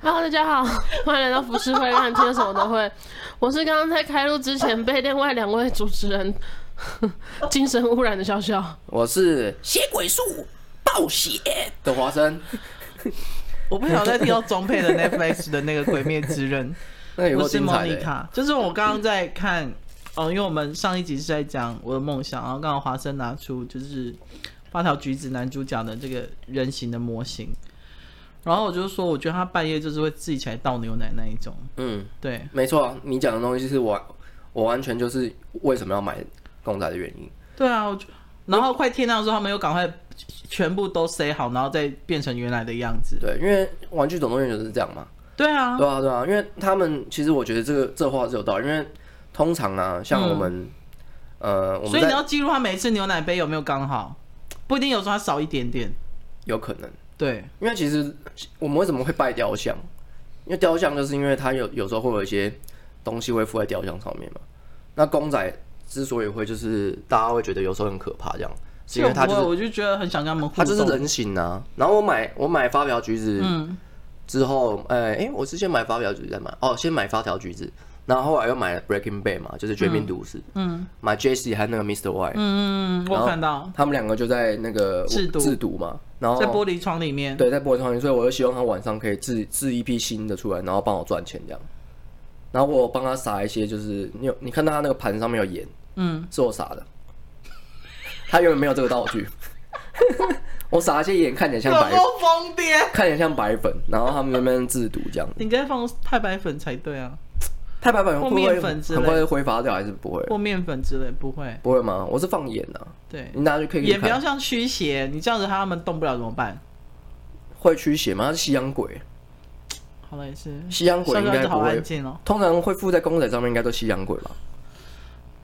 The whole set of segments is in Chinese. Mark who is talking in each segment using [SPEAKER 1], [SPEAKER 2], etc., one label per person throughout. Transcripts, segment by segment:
[SPEAKER 1] Hello，大家好， 欢迎来到浮世会，让你听得什么都会。我是刚刚在开录之前被另外两位主持人 精神污染的笑笑。
[SPEAKER 2] 我是
[SPEAKER 3] 血鬼术暴血，
[SPEAKER 2] 的华生，
[SPEAKER 4] 我不想再听到装配的 Netflix 的那个《鬼灭 之刃
[SPEAKER 2] 那》，有
[SPEAKER 4] 我
[SPEAKER 2] 够
[SPEAKER 4] 是
[SPEAKER 2] 精
[SPEAKER 4] 莫
[SPEAKER 2] 彩
[SPEAKER 4] 妮
[SPEAKER 2] 的欸、
[SPEAKER 4] 卡。就是我刚刚在看，哦，因为我们上一集是在讲我的梦想，然后刚好华生拿出就是八条橘子男主角的这个人形的模型，然后我就说，我觉得他半夜就是会自己起来倒牛奶那一种。
[SPEAKER 2] 嗯，
[SPEAKER 4] 对，
[SPEAKER 2] 没错，你讲的东西是我，我完全就是为什么要买公仔的原因。
[SPEAKER 4] 对啊，我就然后快天亮的时候，他们又赶快全部都塞好，然后再变成原来的样子。
[SPEAKER 2] 对，因为玩具总动员就是这样嘛。
[SPEAKER 4] 对啊，
[SPEAKER 2] 对啊，对啊，因为他们其实我觉得这个这话是有道理，因为通常啊，像我们，呃，我
[SPEAKER 4] 嗯所
[SPEAKER 2] 们
[SPEAKER 4] 以你
[SPEAKER 2] 在
[SPEAKER 4] 要记录他每一次牛奶杯有没有刚好，不一定有时候它少一点点。
[SPEAKER 2] 有可能，
[SPEAKER 4] 对，
[SPEAKER 2] 因为其实我们为什么会拜雕像？因为雕像就是因为它有有时候会有一些东西会附在雕像上面嘛。那公仔之所以会就是大家会觉得有时候很可怕这样，是因为它
[SPEAKER 4] 我
[SPEAKER 2] 就
[SPEAKER 4] 不
[SPEAKER 2] 是
[SPEAKER 4] 会我就觉得很想跟他们互
[SPEAKER 2] 它
[SPEAKER 4] 动。
[SPEAKER 2] 就是人形啊。然后我买我买发条橘子
[SPEAKER 4] 嗯，
[SPEAKER 2] 之后，哎、哎、我是先买发条橘子再买，哦，先买发条橘子，然后后来又买了 Breaking Bad 嘛，就是绝命毒师，嗯，买 Jesse 和那个 Mr. Y，嗯，
[SPEAKER 4] 嗯，
[SPEAKER 2] 然
[SPEAKER 4] 我
[SPEAKER 2] 后
[SPEAKER 4] 看到
[SPEAKER 2] 他们两个就在那个
[SPEAKER 4] 制毒
[SPEAKER 2] 制毒嘛，然后
[SPEAKER 4] 在玻璃窗里面。
[SPEAKER 2] 对，在玻璃窗里，所以我就希望他晚上可以制制一批新的出来，然后帮我赚钱这样。然后我帮他撒一些，就是你有你看到他那个盘上面有盐，
[SPEAKER 4] 嗯，
[SPEAKER 2] 是我撒的，他原本没有这个道具， 我撒一些盐，看起来像白，
[SPEAKER 4] 疯癫？
[SPEAKER 2] 看起来像白粉，然后他们那边制毒这样。
[SPEAKER 4] 你应该放太白粉才对啊，
[SPEAKER 2] 太白粉会
[SPEAKER 4] 或
[SPEAKER 2] 不会
[SPEAKER 4] 面粉
[SPEAKER 2] 很
[SPEAKER 4] 之类
[SPEAKER 2] 快会挥发掉，还是不会？
[SPEAKER 4] 或面粉之类，不会。
[SPEAKER 2] 不会吗？我是放盐啊，
[SPEAKER 4] 对，
[SPEAKER 2] 你拿去可以
[SPEAKER 4] 也不要
[SPEAKER 2] 看，
[SPEAKER 4] 像驱邪，你这样子他们动不了怎么办？
[SPEAKER 2] 会驱邪吗？他是西洋鬼，
[SPEAKER 4] 好了，也是。
[SPEAKER 2] 西洋鬼
[SPEAKER 4] 小
[SPEAKER 2] 应
[SPEAKER 4] 小
[SPEAKER 2] 该
[SPEAKER 4] 子
[SPEAKER 2] 不
[SPEAKER 4] 好
[SPEAKER 2] 会
[SPEAKER 4] 安。静哦。
[SPEAKER 2] 通常会附在公仔上面，应该都西洋鬼吧？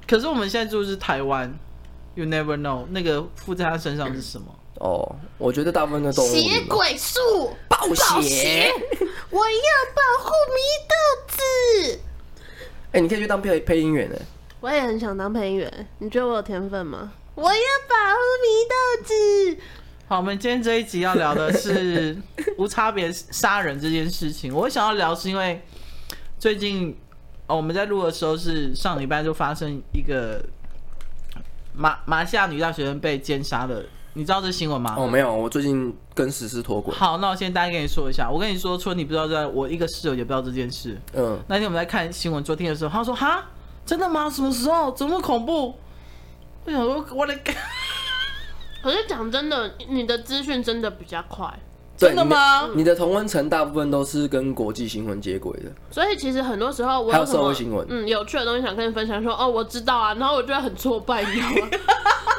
[SPEAKER 4] 可是我们现在住的是台湾，You never know，那个附在他身上是什么？
[SPEAKER 2] 哦，我觉得大部分的动物里面
[SPEAKER 1] 血鬼术
[SPEAKER 2] 哦暴血。
[SPEAKER 1] 我要保护祢豆子。
[SPEAKER 2] 哎、你可以去当配配音员哎，
[SPEAKER 1] 我也很想当配音员，你觉得我有天分吗？我要保护祢豆子。
[SPEAKER 4] 好，我们今天这一集要聊的 是无差别杀人这件事情。我想要聊是因为最近、哦、我们在录的时候是上礼拜就发生一个马马来西亚女大学生被奸杀的，你知道这新闻吗？
[SPEAKER 2] 哦，没有，我最近跟史诗脱轨。
[SPEAKER 4] 好，那我先大概跟你说一下。我跟你说，春你不知道这，我一个室友也不知道这件事。
[SPEAKER 2] 嗯，
[SPEAKER 4] 那天我们在看新闻昨天的时候，他说：“哈，真的吗？什么时候？怎么那么恐怖？”我想说，我的干，
[SPEAKER 1] 可是讲真的，你的资讯真的比较快，
[SPEAKER 2] 对
[SPEAKER 4] 真的吗
[SPEAKER 2] 你的你的同温层大部分都是跟国际新闻接轨的，
[SPEAKER 1] 所以其实很多时候我
[SPEAKER 2] 还有
[SPEAKER 1] 什么
[SPEAKER 2] 社会新闻
[SPEAKER 1] 嗯，有趣的东西想跟你分享说哦，我知道啊，然后我就会很挫败，你知道吗？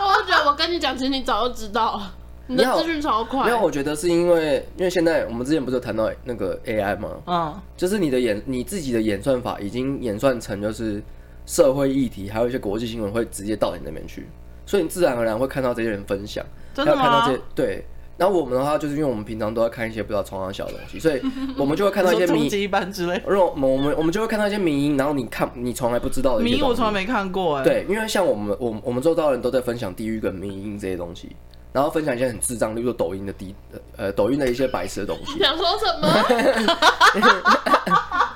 [SPEAKER 1] 我就觉得我跟你讲，其实你早就知道了，你
[SPEAKER 2] 没
[SPEAKER 1] 的
[SPEAKER 2] 有
[SPEAKER 1] 资讯超快
[SPEAKER 2] 没。有，我觉得是因为，因为现在我们之前不是有谈到那个 AI 吗？
[SPEAKER 4] 嗯，
[SPEAKER 2] 就是你的演你自己的演算法已经演算成就是社会议题，还有一些国际新闻会直接到你那边去，所以你自然而然会看到这些人分享，
[SPEAKER 4] 真
[SPEAKER 2] 还
[SPEAKER 4] 的
[SPEAKER 2] 有看到
[SPEAKER 4] 吗
[SPEAKER 2] 这？些对。然后我们的话，就是因为我们平常都在看一些不知道床上小的东西，所以我们就会看到一
[SPEAKER 4] 说
[SPEAKER 2] 些迷
[SPEAKER 4] 终极一班之类。
[SPEAKER 2] 如果我们我们我们就会看到一些迷音，然后你看你从来不知道的一
[SPEAKER 4] 迷
[SPEAKER 2] 些
[SPEAKER 4] 我
[SPEAKER 2] 东西
[SPEAKER 4] 从来没看过哎、，
[SPEAKER 2] 对，因为像我们我们我们周遭的人都在分享地狱跟迷音这些东西，然后分享一些很智障，例如说抖音的低呃抖音的一些白痴的东 西。
[SPEAKER 1] 想说什 么？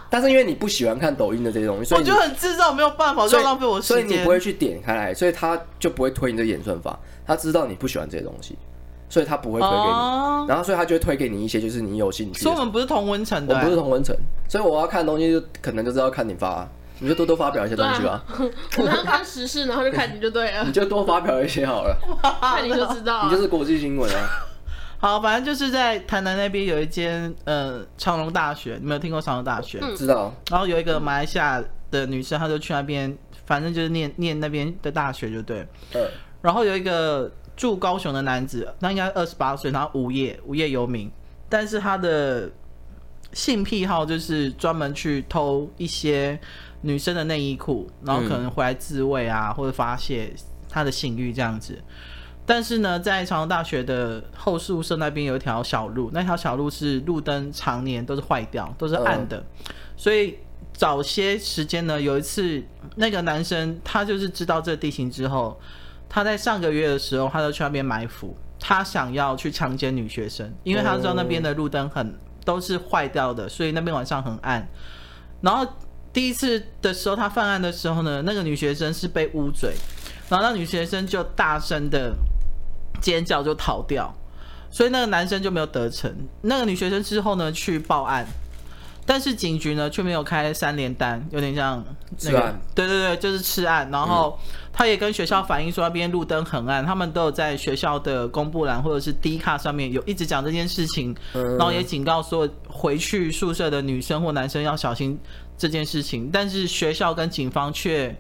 [SPEAKER 2] 但是因为你不喜欢看抖音的这些东西，所
[SPEAKER 4] 我
[SPEAKER 2] 以你
[SPEAKER 4] 觉得很智障，没有办法，
[SPEAKER 2] 所
[SPEAKER 4] 就
[SPEAKER 2] 以
[SPEAKER 4] 浪费我时
[SPEAKER 2] 所以
[SPEAKER 4] 间。
[SPEAKER 2] 你不会去点开来，所以他就不会推你的演算法，他知道你不喜欢这些东西，所以他不会推给你，
[SPEAKER 4] 哦
[SPEAKER 2] 然后所以他就会推给你一些就是你有兴趣
[SPEAKER 4] 所
[SPEAKER 2] 的
[SPEAKER 4] 以我们不是同温层
[SPEAKER 2] 我
[SPEAKER 4] 的、
[SPEAKER 2] 们
[SPEAKER 4] 欸，
[SPEAKER 2] 不是同温层，所以我要看的东西就可能就是要看你发，你就多多发表一些东西
[SPEAKER 1] 对
[SPEAKER 2] 吧
[SPEAKER 1] 啊，我们要看时事，然后就看你就对了
[SPEAKER 2] 你，就多发表一些好了。
[SPEAKER 1] 看你就知道
[SPEAKER 2] 你
[SPEAKER 1] 啊
[SPEAKER 2] 就。是国际新闻啊，
[SPEAKER 4] 好，反正就是在台南那边有一间呃长隆大学，你没有听过长隆大学？
[SPEAKER 1] 嗯
[SPEAKER 2] 知道？
[SPEAKER 4] 然后有一个马来西亚的女生，她就去那边，反正就是念念那边的大学就对。
[SPEAKER 2] 呃，
[SPEAKER 4] 然后有一个住高雄的男子，那应该二十八岁，然后无业无业游民，但是他的性癖好就是专门去偷一些女生的内衣裤，然后可能回来自慰啊，或者发泄他的性欲这样子。但是呢，在长隆大学的后宿舍那边有一条小路，那条小路是路灯常年都是坏掉，都是暗的，所以早些时间呢，有一次那个男生他就是知道这个地形之后，他在上个月的时候，他就去那边埋伏，他想要去强奸女学生，因为他知道那边的路灯很都是坏掉的，所以那边晚上很暗。然后第一次的时候，他犯案的时候呢，那个女学生是被捂嘴，然后那女学生就大声的尖叫就逃掉，所以那个男生就没有得逞。那个女学生之后呢去报案，但是警局呢却没有开三联单，有点像、那
[SPEAKER 2] 吃
[SPEAKER 4] 个
[SPEAKER 2] 案，
[SPEAKER 4] 对对对，就是吃案。然后他也跟学校反映说那边路灯很暗，他们都有在学校的公布栏或者是 D 卡上面有一直讲这件事情，
[SPEAKER 2] 嗯
[SPEAKER 4] 然后也警告说回去宿舍的女生或男生要小心这件事情，但是学校跟警方却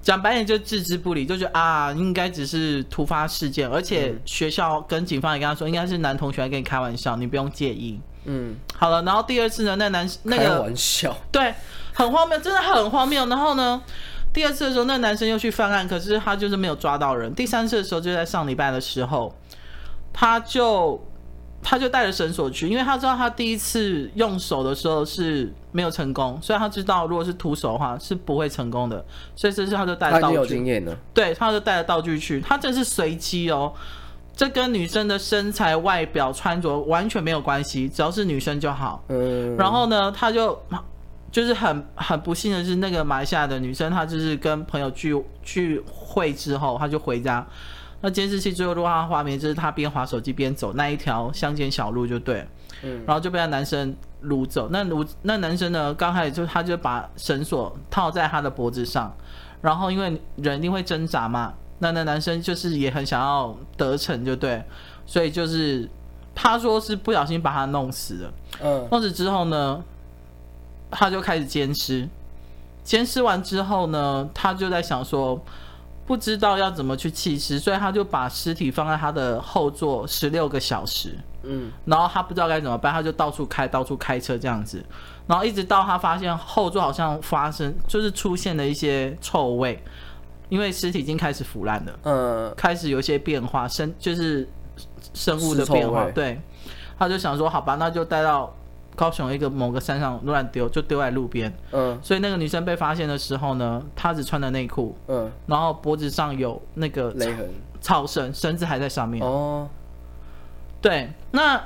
[SPEAKER 4] 讲白点就置之不理，就觉得啊，应该只是突发事件，而且学校跟警方也跟他说，应该是男同学来跟你开玩笑，你不用介意。
[SPEAKER 2] 嗯，
[SPEAKER 4] 好了，然后第二次呢，那男那
[SPEAKER 2] 开
[SPEAKER 4] 个
[SPEAKER 2] 玩笑，
[SPEAKER 4] 对，很荒谬，真的很荒谬。然后呢，第二次的时候，那男生又去犯案，可是他就是没有抓到人。第三次的时候，就在上礼拜的时候，他就他就带着绳索去，因为他知道他第一次用手的时候是没有成功，所以他知道如果是徒手的话是不会成功的，所以这次他就带
[SPEAKER 2] 他
[SPEAKER 4] 着
[SPEAKER 2] 已经
[SPEAKER 4] 道
[SPEAKER 2] 有
[SPEAKER 4] 具
[SPEAKER 2] 经。验了，
[SPEAKER 4] 对，他就带了道具去，他这是随机哦，这跟女生的身材、外表、穿着完全没有关系，只要是女生就好。
[SPEAKER 2] 嗯，
[SPEAKER 4] 然后呢，他就就是很很不幸的是，那个马来西亚的女生，她就是跟朋友聚聚会之后，她就回家。那监视器最后录到她的画面，就是她边滑手机边走那一条乡间小路，就对了。
[SPEAKER 2] 嗯
[SPEAKER 4] 然后就被那男生掳走。那掳那男生呢，刚开始就他就把绳索套在她的脖子上，然后因为人一定会挣扎嘛，那那男生就是也很想要得逞，就对了，所以就是他说是不小心把她弄死了。
[SPEAKER 2] 嗯，
[SPEAKER 4] 弄死之后呢，他就开始监视，监视完之后呢，他就在想说，不知道要怎么去弃尸，所以他就把尸体放在他的后座十六个小时。
[SPEAKER 2] 嗯，
[SPEAKER 4] 然后他不知道该怎么办，他就到处开，到处开车这样子，然后一直到他发现后座好像发生，就是出现了一些臭味，因为尸体已经开始腐烂了。
[SPEAKER 2] 嗯，
[SPEAKER 4] 开始有一些变化，生就是生物的
[SPEAKER 2] 尸臭
[SPEAKER 4] 变化。
[SPEAKER 2] 味
[SPEAKER 4] 对，他就想说，好吧，那就带到高雄一个某个山上乱丢，就丢在路边。
[SPEAKER 2] 嗯，
[SPEAKER 4] 所以那个女生被发现的时候呢，她只穿了内裤，
[SPEAKER 2] 嗯，
[SPEAKER 4] 然后脖子上有那个
[SPEAKER 2] 勒痕，
[SPEAKER 4] 草绳，绳子还在上面。
[SPEAKER 2] 哦，
[SPEAKER 4] 对，那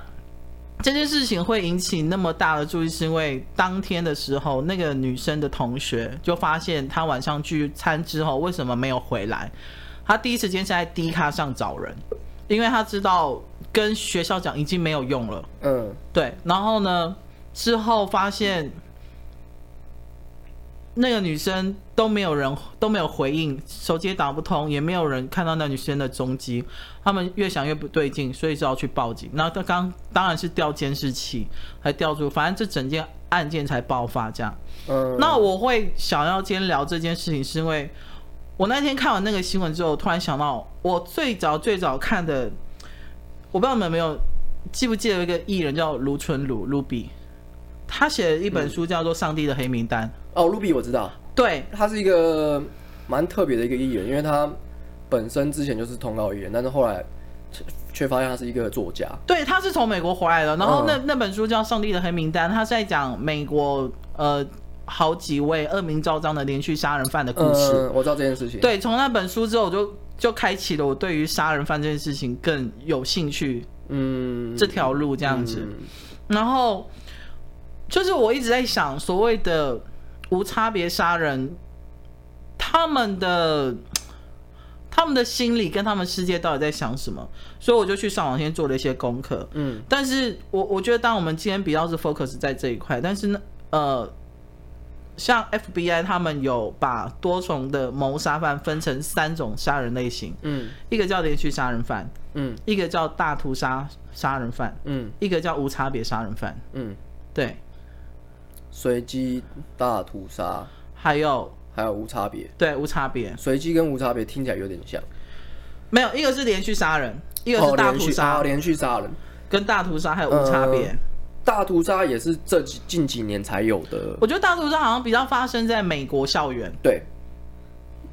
[SPEAKER 4] 这件事情会引起那么大的注意，是因为当天的时候，那个女生的同学就发现她晚上聚餐之后为什么没有回来，她第一时间是在 D 卡上找人，因为她知道跟学校讲已经没有用了。
[SPEAKER 2] 嗯，
[SPEAKER 4] 对，然后呢，之后发现那个女生都没有人都没有回应，手机也打不通，也没有人看到那女生的踪迹。他们越想越不对劲，所以就要去报警。然后他刚当然是调监视器，还调出，反正这整件案件才爆发这样。
[SPEAKER 2] 嗯，
[SPEAKER 4] 那我会想要今天聊这件事情，是因为我那天看完那个新闻之后，突然想到我最早最早看的，我不知道你们有没有记不记得有一个艺人叫卢纯鲁卢比，他写了一本
[SPEAKER 2] 嗯
[SPEAKER 4] 书叫做《上帝的黑名单》。
[SPEAKER 2] 哦，Ruby 我知道，
[SPEAKER 4] 对
[SPEAKER 2] 他是一个蛮特别的一个艺人，因为他本身之前就是通告艺人，但是后来却却发现他是一个作家。
[SPEAKER 4] 对，他是从美国回来的，然后那、
[SPEAKER 2] 嗯
[SPEAKER 4] 那本书叫《上帝的黑名单》，他是在讲美国呃好几位恶名昭彰的连续杀人犯的故事。
[SPEAKER 2] 嗯，我知道这件事情。，
[SPEAKER 4] 对，从那本书之后，我就就开启了我对于杀人犯这件事情更有兴趣
[SPEAKER 2] 嗯，
[SPEAKER 4] 这条路这样子。
[SPEAKER 2] 嗯
[SPEAKER 4] 然后就是我一直在想，所谓的无差别杀人，他们的他们的心理跟他们世界到底在想什么？所以我就去上网先做了一些功课。
[SPEAKER 2] 嗯，
[SPEAKER 4] 但是我我觉得，当我们今天比较是 focus 在这一块，但是呢，呃，像 FBI 他们有把多重的谋杀犯分成三种杀人类型，
[SPEAKER 2] 嗯
[SPEAKER 4] 一个叫连续杀人犯，
[SPEAKER 2] 嗯
[SPEAKER 4] 一个叫大屠杀杀人犯，
[SPEAKER 2] 嗯
[SPEAKER 4] 一个叫无差别杀人犯，
[SPEAKER 2] 嗯，
[SPEAKER 4] 对，
[SPEAKER 2] 随机大屠杀，
[SPEAKER 4] 还有
[SPEAKER 2] 还有无差别。
[SPEAKER 4] 对无差别，
[SPEAKER 2] 随机跟无差别听起来有点像，
[SPEAKER 4] 没有一个是连续杀人，一个
[SPEAKER 2] 哦，
[SPEAKER 4] 是大
[SPEAKER 2] 连
[SPEAKER 4] 屠
[SPEAKER 2] 续
[SPEAKER 4] 杀，
[SPEAKER 2] 啊连续杀人，
[SPEAKER 4] 跟大屠杀还有无差别。
[SPEAKER 2] 嗯大屠杀也是这几近几年才有的
[SPEAKER 4] 我觉得大屠杀好像比较发生在美国校园，
[SPEAKER 2] 对，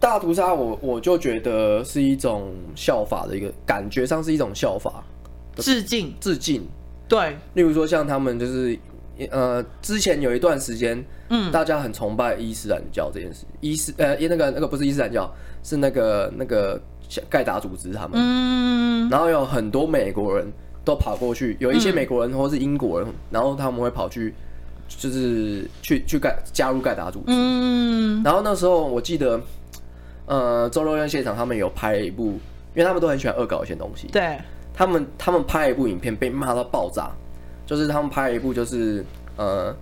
[SPEAKER 2] 大屠杀我我就觉得是一种效法的一个感觉上是一种效法
[SPEAKER 4] 致敬，
[SPEAKER 2] 致敬。
[SPEAKER 4] 对，
[SPEAKER 2] 例如说像他们就是呃，之前有一段时间，
[SPEAKER 4] 嗯
[SPEAKER 2] 大家很崇拜伊斯兰教这件事，伊斯呃那个那个不是伊斯兰教，是那个那个盖达组织他们，
[SPEAKER 4] 嗯。
[SPEAKER 2] 然后有很多美国人都跑过去，有一些
[SPEAKER 4] 嗯
[SPEAKER 2] 美国人或是英国人，然后他们会跑去，就是去去盖加入盖达组织。
[SPEAKER 4] 嗯，
[SPEAKER 2] 然后那时候我记得，呃，周六宴现场他们有拍了一部，因为他们都很喜欢恶搞一些东西，
[SPEAKER 4] 对，
[SPEAKER 2] 他们他们拍了一部影片被骂到爆炸，就是他们拍了一部就是呃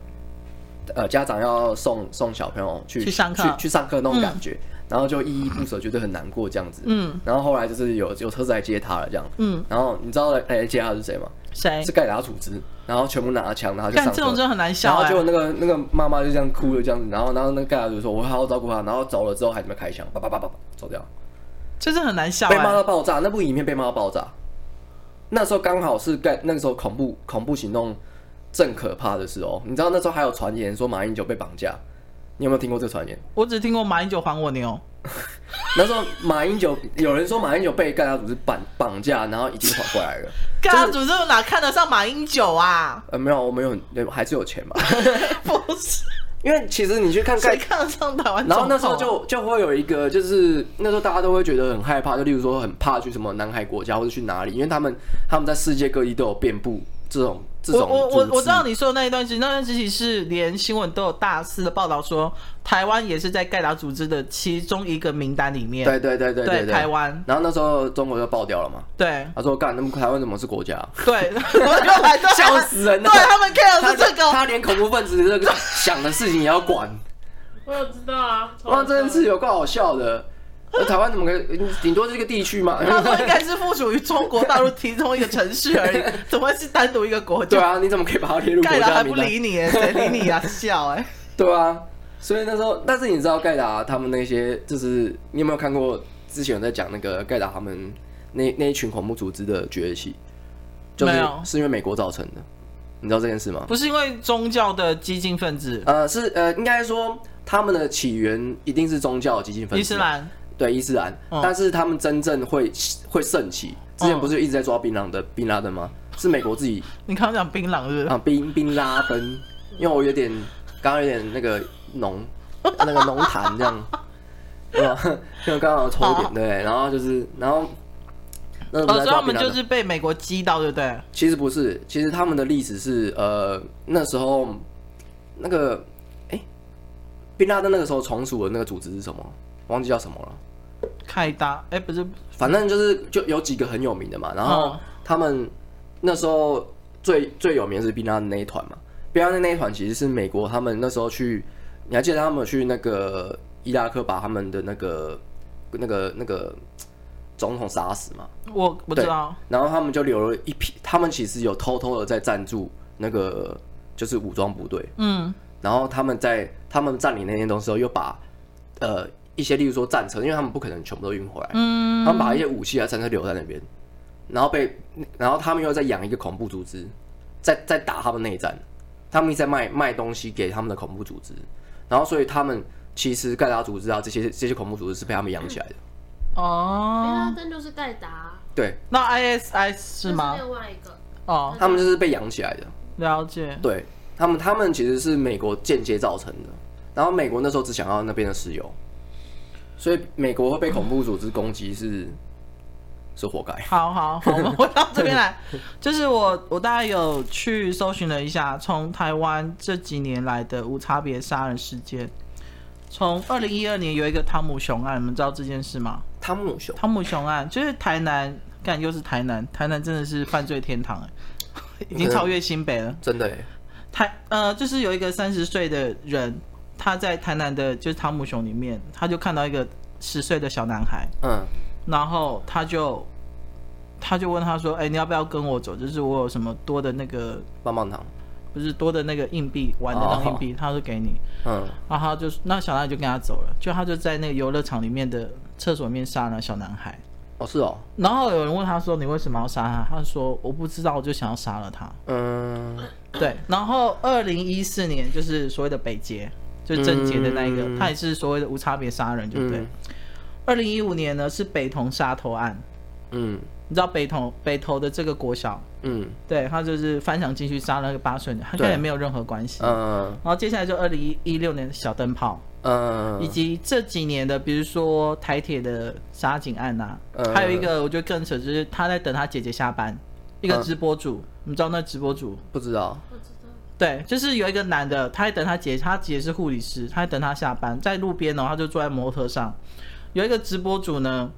[SPEAKER 2] 呃家长要送送小朋友去
[SPEAKER 4] 去上课
[SPEAKER 2] 去去上课那种感觉，然后就依依不舍，觉得很难过这样子。
[SPEAKER 4] 嗯
[SPEAKER 2] 然后后来就是有有车子来接他了这样，
[SPEAKER 4] 嗯，
[SPEAKER 2] 然后你知道来哎来接他是谁吗？
[SPEAKER 4] 谁
[SPEAKER 2] 是？盖达组织，然后全部拿着枪，然后就
[SPEAKER 4] 哎干
[SPEAKER 2] 上
[SPEAKER 4] 这种
[SPEAKER 2] 车。
[SPEAKER 4] 真的很难笑
[SPEAKER 2] 然后
[SPEAKER 4] 哎、
[SPEAKER 2] 结果那个那个妈妈就这样哭了这样子，然后然后那个盖亚就说：“我好好照顾她。”然后走了之后还在那边开枪，叭叭叭叭叭走掉，
[SPEAKER 4] 就是很难笑
[SPEAKER 2] 被
[SPEAKER 4] 哎、
[SPEAKER 2] 骂到爆炸。那部影片被骂到爆炸。那时候刚好是盖那个时候恐怖恐怖行动正可怕的时候，你知道那时候还有传言说马英九被绑架，你有没有听过这个传言？
[SPEAKER 4] 我只听过马英九还我牛，
[SPEAKER 2] 那时候马英九有人说马英九被盖亚组织绑绑架，然后已经还回来了。
[SPEAKER 4] 干他组织我哪看得上马英九啊？
[SPEAKER 2] 呃，没有，我们有很还是有钱嘛，
[SPEAKER 4] 不是，
[SPEAKER 2] 因为其实你去看盖
[SPEAKER 4] 谁看得上台湾、啊
[SPEAKER 2] 然后那时候。就就会有一个，就是那时候大家都会觉得很害怕，就例如说很怕去什么南海国家或者去哪里，因为他们他们在世界各地都有遍布这种这
[SPEAKER 4] 我
[SPEAKER 2] 种
[SPEAKER 4] 我我
[SPEAKER 2] 组织
[SPEAKER 4] 我知道你说的那一段时期，那段时期是连新闻都有大肆的报道说，台湾也是在盖达组织的其中一个名单里面。
[SPEAKER 2] 对对对对
[SPEAKER 4] 对
[SPEAKER 2] 对
[SPEAKER 4] 台湾
[SPEAKER 2] 然后那时候中国就爆掉了嘛，
[SPEAKER 4] 对
[SPEAKER 2] 他说干，那么台湾怎么是国 家？
[SPEAKER 4] 对，我就来 对
[SPEAKER 2] 笑死人了
[SPEAKER 4] 对他们 care
[SPEAKER 2] 他
[SPEAKER 4] 是这个，
[SPEAKER 2] 他连恐怖分子这 个想的事情也要管，
[SPEAKER 1] 我有知道啊，
[SPEAKER 2] 哇，这件事有够好笑的。那台湾怎么可以？顶多是一个地区嘛。
[SPEAKER 4] 他们应该是附属于中国大陆其中一个城市 而已，怎么会是单独一个国
[SPEAKER 2] 对
[SPEAKER 4] 家？
[SPEAKER 2] 啊，你怎么可以把它列入国
[SPEAKER 4] 盖达
[SPEAKER 2] 家
[SPEAKER 4] 还不
[SPEAKER 2] 名单？
[SPEAKER 4] 理你耶，谁理 你啊？笑哎、
[SPEAKER 2] 对啊，所以那时候，但是你知道盖达他们那些，就是你有没有看过之前有在讲那个盖达他们那那一群恐怖组织的崛起，就是
[SPEAKER 4] 没有
[SPEAKER 2] 是因为美国造成的，你知道这件事吗？
[SPEAKER 4] 不是因为宗教的激进分子，
[SPEAKER 2] 呃，是呃，应该说他们的起源一定是宗教激进分子，
[SPEAKER 4] 伊斯兰，
[SPEAKER 2] 对伊斯兰，
[SPEAKER 4] 嗯
[SPEAKER 2] 但是他们真正会会盛起，之前不是一直在抓槟榔的宾拉登吗？是美国自己
[SPEAKER 4] 你刚刚讲槟榔是不是？
[SPEAKER 2] 啊，宾宾拉登，因为我有点刚刚有点那个浓那个浓痰这样，对吧？因为刚好抽一
[SPEAKER 4] 好
[SPEAKER 2] 点对，然后就是然后那不
[SPEAKER 4] 哦，
[SPEAKER 2] 是在
[SPEAKER 4] 所以
[SPEAKER 2] 抓
[SPEAKER 4] 他
[SPEAKER 2] 槟
[SPEAKER 4] 们
[SPEAKER 2] 榔
[SPEAKER 4] 就
[SPEAKER 2] 的，
[SPEAKER 4] 是被美国击到，对不对？
[SPEAKER 2] 其实不是，其实他们的历史是呃那时候那个哎，宾拉登那个时候从属的那个组织是什么？忘记叫什么了。
[SPEAKER 4] 开搭，哎，不是，
[SPEAKER 2] 反正就是就有几个很有名的嘛，然后
[SPEAKER 4] 嗯
[SPEAKER 2] 他们那时候最最有名的是宾拉的那一团嘛，宾拉的那一团其实是美国他们那时候去，你还记得他们有去那个伊拉克把他们的那个那个那个总统杀死嘛，
[SPEAKER 4] 我我知道，
[SPEAKER 2] 然后他们就留了一批，他们其实有偷偷的在赞助那个就是武装部队，
[SPEAKER 4] 嗯，
[SPEAKER 2] 然后他们在他们占领那些东西时候，又把呃一些，例如说战车，因为他们不可能全部都运回来，嗯，他们把一些武器啊战车留在那边，然后被，然后他们又在养一个恐怖组织，在在打他们内战，他们一直在卖卖东西给他们的恐怖组织，然后所以他们其实盖达组织啊这些这些恐怖组织是被他们养起来的，
[SPEAKER 1] 拉
[SPEAKER 4] 哦，
[SPEAKER 1] 登啊就是盖达，啊
[SPEAKER 2] 对
[SPEAKER 4] 那 ISI 是
[SPEAKER 1] 这
[SPEAKER 4] 吗？
[SPEAKER 1] 另外一个，
[SPEAKER 4] 哦，
[SPEAKER 2] 他们就是被养起来的，
[SPEAKER 4] 了解，
[SPEAKER 2] 对他们他们其实是美国间接造成的，然后美国那时候只想要那边的石油，所以美国会被恐怖组织攻击是是活该。
[SPEAKER 4] 好好好，我们回到这边来，就是我我大概有去搜寻了一下，从台湾这几年来的无差别杀人事件，从二零一二年有一个汤姆熊案，你们知道这件事吗？
[SPEAKER 2] 汤姆熊，
[SPEAKER 4] 汤姆熊案就是台南，干又是台南，台南真的是犯罪天堂哎， 已经超越新北了。
[SPEAKER 2] 真的欸
[SPEAKER 4] 台呃，就是有一个三十岁的人，他在台南的就是汤姆熊里面，他就看到一个十岁的小男孩，
[SPEAKER 2] 嗯，
[SPEAKER 4] 然后他就他就问他说：“哎、你要不要跟我走？就是我有什么多的那个，
[SPEAKER 2] 棒棒糖，
[SPEAKER 4] 不是多的那个硬币，玩的那种硬币，他说给你。”
[SPEAKER 2] 嗯，
[SPEAKER 4] 然后他就那小男孩就跟他走了，就他就在那个游乐场里面的厕所里面杀了小男孩。
[SPEAKER 2] 哦是哦，
[SPEAKER 4] 然后有人问他说：“你为什么要杀他？”他说：“我不知道，我就想要杀了他。
[SPEAKER 2] 嗯，”
[SPEAKER 4] 对。然后二零一四年就是所谓的北捷，就是郑捷的那一个，
[SPEAKER 2] 嗯
[SPEAKER 4] 他也是所谓的无差别杀人，对不对
[SPEAKER 2] 嗯？
[SPEAKER 4] 二零一五年呢是北投杀头案，
[SPEAKER 2] 嗯
[SPEAKER 4] 你知道北投北投的这个国小，
[SPEAKER 2] 嗯
[SPEAKER 4] 对他就是翻墙进去杀了那个八岁女，他跟
[SPEAKER 2] 对
[SPEAKER 4] 也没有任何关系。
[SPEAKER 2] 嗯
[SPEAKER 4] 然后接下来就二零一六年的小灯泡，以
[SPEAKER 2] 嗯，
[SPEAKER 4] 及这几年的，比如说台铁的杀警案呐、啊
[SPEAKER 2] 嗯
[SPEAKER 4] 还有一个我觉得更扯，就是他在等他姐姐下班，一个
[SPEAKER 2] 嗯
[SPEAKER 4] 直播主，你知道那直播主
[SPEAKER 2] 不知道，
[SPEAKER 4] 对，就是有一个男的，他在等他姐，他姐是护理师，他在等他下班，在路边哦，他就坐在摩托车上。有一个直播主呢，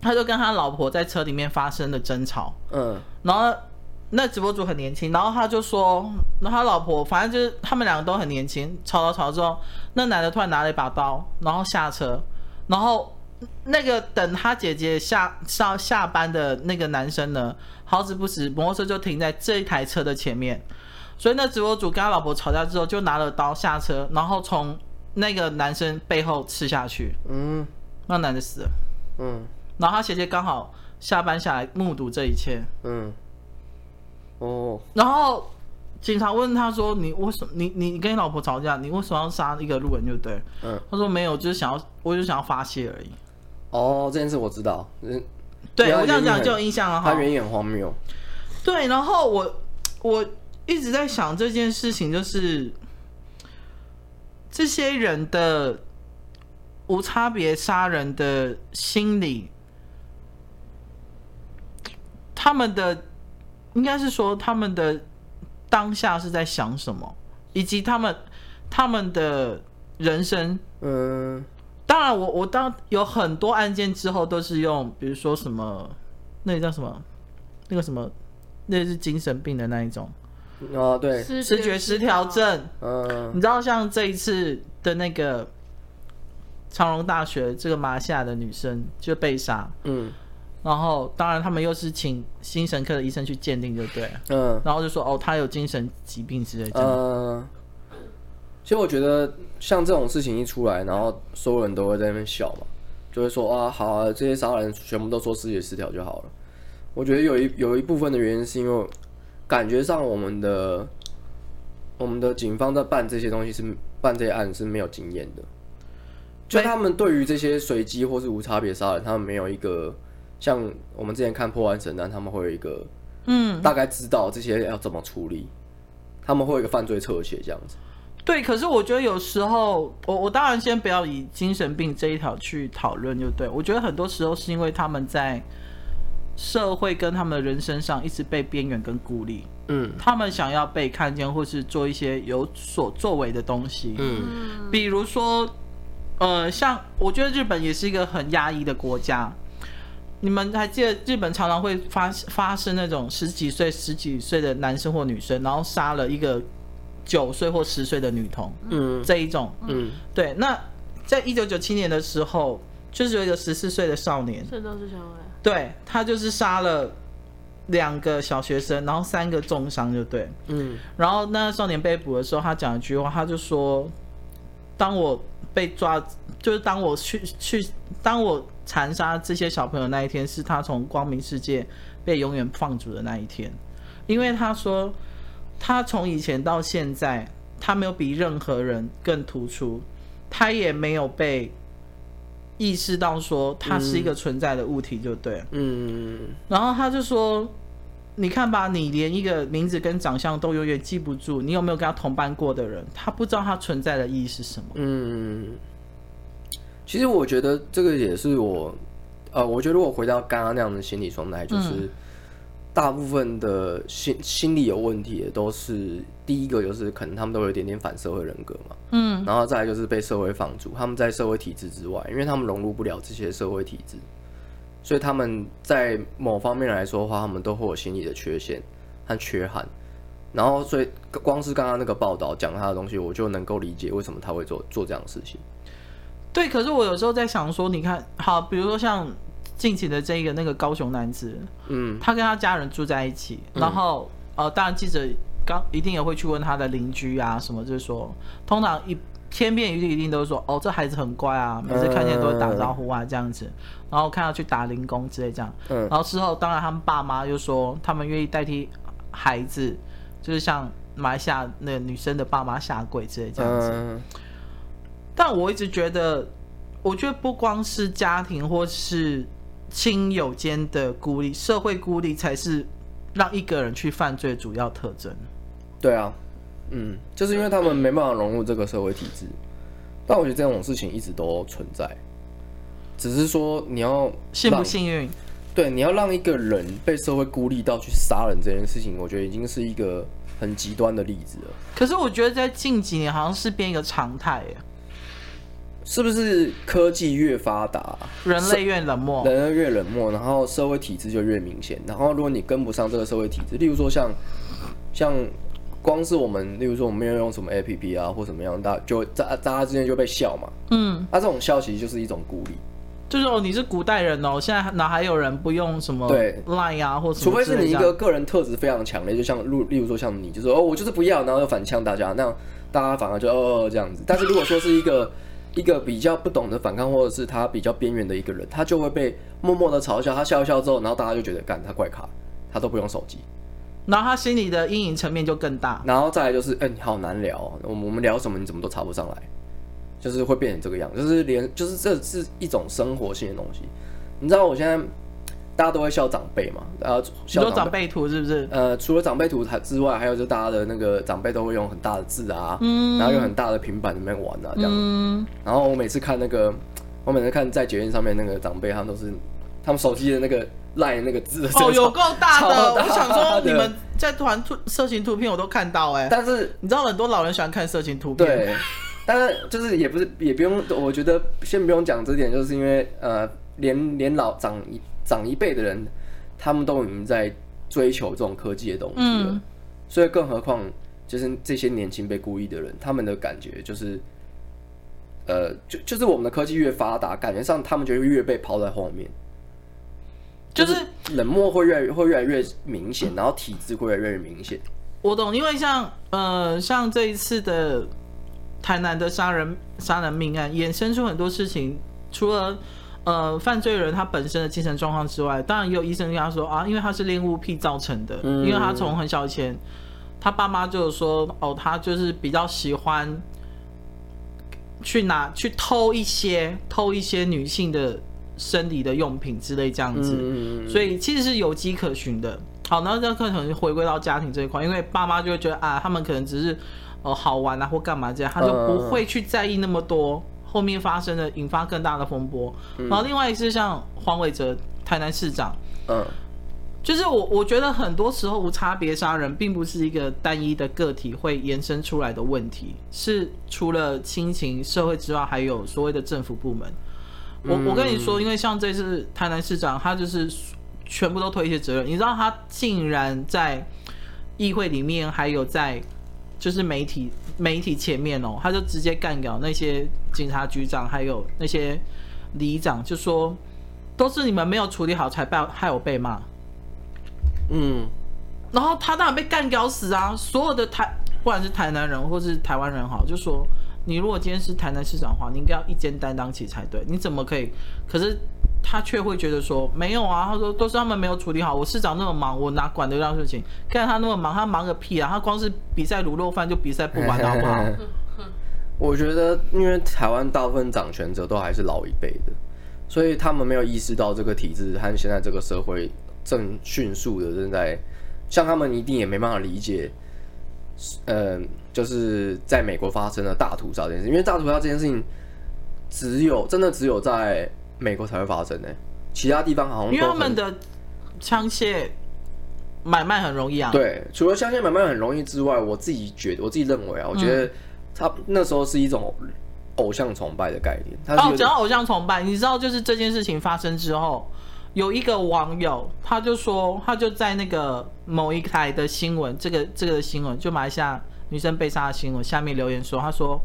[SPEAKER 4] 他就跟他老婆在车里面发生了争吵，
[SPEAKER 2] 嗯，
[SPEAKER 4] 然后那直播主很年轻，然后他就说，然后他老婆反正就是他们两个都很年轻，吵吵吵之后，那男的突然拿了一把刀，然后下车，然后那个等他姐姐下上下班的那个男生呢，好死不死摩托车就停在这一台车的前面，所以那直播主跟他老婆吵架之后，就拿了刀下车，然后从那个男生背后刺下去，
[SPEAKER 2] 嗯
[SPEAKER 4] 那男的死了，
[SPEAKER 2] 嗯
[SPEAKER 4] 然后他姐姐刚好下班下来目睹这一切，
[SPEAKER 2] 嗯，哦，
[SPEAKER 4] 然后警察问他说：“你为什么？你你你跟你老婆吵架，你为什么要杀一个路人？”就对，
[SPEAKER 2] 嗯，
[SPEAKER 4] 他说：“没有，就是想要，我就想要发泄而已。
[SPEAKER 2] 哦，这件事我知道，嗯，
[SPEAKER 4] 对”
[SPEAKER 2] 对啊
[SPEAKER 4] 我这样
[SPEAKER 2] 原因
[SPEAKER 4] 讲
[SPEAKER 2] 很
[SPEAKER 4] 就有印象了哈
[SPEAKER 2] 他。原因很荒谬，
[SPEAKER 4] 对，然后我我一直在想这件事情，就是这些人的无差别杀人的心理，他们的应该是说他们的当下是在想什么，以及他们他们的人生
[SPEAKER 2] 嗯
[SPEAKER 4] 当然我，我当有很多案件之后都是用，比如说什么，那个叫什么，那个什么，那是精神病的那一种，
[SPEAKER 2] 哦对，
[SPEAKER 4] 视觉失调症。
[SPEAKER 2] 嗯
[SPEAKER 4] 你知道，像这一次的那个长隆大学这个马来西亚的女生就被杀，
[SPEAKER 2] 嗯
[SPEAKER 4] 然后当然他们又是请精神科的医生去鉴定，就对了，
[SPEAKER 2] 嗯
[SPEAKER 4] 然后就说哦，她有精神疾病之类的。
[SPEAKER 2] 嗯，其实我觉得像这种事情一出来，然后所有人都会在那边笑嘛，就会说啊，好啊，这些杀人全部都说视觉失调就好了。我觉得有一有一部分的原因是因为感觉上我们的我们的警方在办这些东西是办这些案是没有经验的，就
[SPEAKER 4] 没
[SPEAKER 2] 他们对于这些随机或是无差别杀人，他们没有一个像我们之前看破案神探，他们会有一个
[SPEAKER 4] 嗯，
[SPEAKER 2] 大概知道这些要怎么处理，他们会有一个犯罪侧写这样子。
[SPEAKER 4] 对，可是我觉得有时候，我我当然先不要以精神病这一条去讨论，就对我觉得很多时候是因为他们在社会跟他们的人生上一直被边缘跟孤立，
[SPEAKER 2] 嗯
[SPEAKER 4] 他们想要被看见或是做一些有所作为的东西，
[SPEAKER 2] 嗯
[SPEAKER 4] 比如说，呃，像我觉得日本也是一个很压抑的国家。你们还记得日本常常会发发生那种十几岁、十几岁的男生或女生，然后杀了一个九岁或十岁的女童，
[SPEAKER 2] 嗯
[SPEAKER 4] 这一种。
[SPEAKER 2] 嗯
[SPEAKER 4] 对，那在一九九七年的时候，就是有一个十四岁的少年，
[SPEAKER 1] 圣斗士小爱，
[SPEAKER 4] 对他就是杀了两个小学生，然后三个重伤，就对。
[SPEAKER 2] 嗯
[SPEAKER 4] 然后那个少年被捕的时候，他讲一句话，他就说：“当我被抓，就是当我去去，当我残杀这些小朋友那一天，是他从光明世界被永远放逐的那一天。”因为他说，他从以前到现在，他没有比任何人更突出，他也没有被意识到说他是一个存在的物体，就对了。
[SPEAKER 2] 嗯
[SPEAKER 4] 然后他就说：“你看吧，你连一个名字跟长相都永远记不住，你有没有跟他同班过的人？他不知道他存在的意义是什么。
[SPEAKER 2] 嗯。其实我觉得这个也是我，呃，我觉得我回到刚刚那样的心理状态，就是大部分的心心理有问题的都是第一个就是可能他们都有一点点反社会人格嘛，”
[SPEAKER 4] 嗯，
[SPEAKER 2] 然后再来就是被社会放逐，他们在社会体制之外，因为他们融入不了这些社会体制，所以他们在某方面来说的话，他们都会有心理的缺陷和缺憾。然后，所以光是刚刚那个报道讲他的东西，我就能够理解为什么他会做做这样的事情。
[SPEAKER 4] 对。可是我有时候在想说，你看，好，比如说像近期的这一个那个高雄男子，
[SPEAKER 2] 嗯
[SPEAKER 4] 他跟他家人住在一起，然后、呃，当然记者刚一定也会去问他的邻居啊什么，就是说，通常一千遍一律一定都是说，哦，这孩子很乖啊，每次看见都会打招呼啊这样子，然后看他去打零工之类这样，
[SPEAKER 2] 嗯
[SPEAKER 4] 然后之后当然他们爸妈又说他们愿意代替孩子，就是像马来西亚那个女生的爸妈下跪之类这样子，
[SPEAKER 2] 嗯
[SPEAKER 4] 但我一直觉得，我觉得不光是家庭或是亲友间的孤立，社会孤立才是让一个人去犯罪的主要特征。
[SPEAKER 2] 对啊，嗯，就是因为他们没办法融入这个社会体制。但我觉得这种事情一直都存在，只是说你要
[SPEAKER 4] 幸不
[SPEAKER 2] 让
[SPEAKER 4] 幸运？
[SPEAKER 2] 对，你要让一个人被社会孤立到去杀人这件事情，我觉得已经是一个很极端的例子了。
[SPEAKER 4] 可是我觉得在近几年好像是变一个常态耶，
[SPEAKER 2] 是不是科技越发达，
[SPEAKER 4] 人类越冷漠。
[SPEAKER 2] 人越冷漠，然后社会体制就越明显。然后如果你跟不上这个社会体制，例如说像像光是我们，例如说我们要用什么 APP 啊或什么样，大家就大大家之间就被笑嘛。
[SPEAKER 4] 嗯，
[SPEAKER 2] 那、这种笑其实就是一种孤立，
[SPEAKER 4] 就是哦，你是古代人哦，现在哪还有人不用什么
[SPEAKER 2] 对
[SPEAKER 4] Line 啊，或什
[SPEAKER 2] 除
[SPEAKER 4] 么之类的？
[SPEAKER 2] 非是你一个个人特质非常强烈，就像例例如说像你，就是哦我就是不要，然后又反呛大家，那样大家反而就哦哦哦这样子。但是如果说是一个 一个比较不懂得反抗，或者是他比较边缘的一个人，他就会被默默的嘲笑，他笑一笑之后，然后大家就觉得干他怪咖，他都不用手机。
[SPEAKER 4] 然后他心里的阴影层面就更大。
[SPEAKER 2] 然后再来就是，哎、你好难聊、哦，我们我们聊什么，你怎么都插不上来，就是会变成这个样，就是连就是这是一种生活性的东西。你知道我现在大家都会笑长辈嘛，呃，
[SPEAKER 4] 你
[SPEAKER 2] 笑
[SPEAKER 4] 说长，辈图是不 是？
[SPEAKER 2] 呃，除了长辈图台之外，还有就大家的那个长辈都会用很大的字啊，然后用很大的平板里面玩啊这样。
[SPEAKER 4] 嗯，
[SPEAKER 2] 然后我每次看那个，我每次看在捷运上面那个长辈，他们都是他们手机的那个 line 那个字，
[SPEAKER 4] 哦，有够大
[SPEAKER 2] 超
[SPEAKER 4] 的！
[SPEAKER 2] 大
[SPEAKER 4] 我想说，
[SPEAKER 2] 的
[SPEAKER 4] 你们在团图色情图片我都看到哎、
[SPEAKER 2] 但是
[SPEAKER 4] 你知道很多老人喜欢看色情图片，
[SPEAKER 2] 对，当然就是也不是也不用，我觉得先不用讲这点，就是因为呃，连连老长一长一辈的人，他们都已经在追求这种科技的东西了，
[SPEAKER 4] 嗯
[SPEAKER 2] 所以更何况就是这些年轻被故意的人，他们的感觉就是。呃，就就是我们的科技越发达，感觉上他们就会越被抛在后面，
[SPEAKER 4] 就是
[SPEAKER 2] 冷漠会越来越会越来越明显，然后体制会越来越明显。
[SPEAKER 4] 我懂，因为像呃，像这一次的台南的杀人杀人命案，衍生出很多事情，除了呃犯罪人他本身的精神状况之外，当然也有医生跟他说啊，因为他是恋物癖造成的，
[SPEAKER 2] 嗯
[SPEAKER 4] 因为他从很小以前，他爸妈就有说哦，他就是比较喜欢去拿去偷一些偷一些女性的生理的用品之类这样子，
[SPEAKER 2] 嗯，
[SPEAKER 4] 所以其实是有迹可循的。好，那这可能回归到家庭这一块，因为爸妈就会觉得啊，他们可能只是呃好玩啊或干嘛这样，他就不会去在意那么多后面发生的引发更大的风波。然后另外一是像黄伟哲台南市长，
[SPEAKER 2] 嗯，
[SPEAKER 4] 就是我我觉得很多时候无差别杀人并不是一个单一的个体会延伸出来的问题，是除了亲情、社会之外，还有所谓的政府部门。我我跟你说，因为像这次台南市长，他就是全部都推卸责任。你知道他竟然在议会里面，还有在就是媒体媒体前面哦，他就直接干掉那些警察局长，还有那些里长，就说都是你们没有处理好才被害我被骂。
[SPEAKER 2] 嗯，
[SPEAKER 4] 然后他当然被干掉死啊！所有的台，不管是台南人或是台湾人好，就说你如果今天是台南市长的话，你应该要一肩担当起才对，你怎么可以？可是他却会觉得说没有啊，他说都是他们没有处理好，我市长那么忙，我哪管得到事情？看他那么忙，他忙个屁啊！他光是比赛卤肉饭就比赛不完了，好不好？
[SPEAKER 2] 我觉得，因为台湾大部分掌权者都还是老一辈的，所以他们没有意识到这个体制和现在这个社会正迅速的正在，像他们一定也没办法理解，呃，就是在美国发生的大屠杀这件事，因为大屠杀这件事情只有真的只有在美国才会发生呢、其他地方好像都
[SPEAKER 4] 因为他
[SPEAKER 2] 很
[SPEAKER 4] 们的枪械买卖很容易啊。
[SPEAKER 2] 对，除了相信买卖很容易之外，我自己觉得，我自己认为啊，我觉
[SPEAKER 4] 嗯
[SPEAKER 2] 得他那时候是一种偶像崇拜的概念，他是
[SPEAKER 4] 哦
[SPEAKER 2] 有，
[SPEAKER 4] 讲
[SPEAKER 2] 点
[SPEAKER 4] 到偶像崇拜，你知道，就是这件事情发生之后，有一个网友他就说，他就在那个某一台的新闻，这个这个新闻，就马来西亚女生被杀的新闻下面留言说，他说。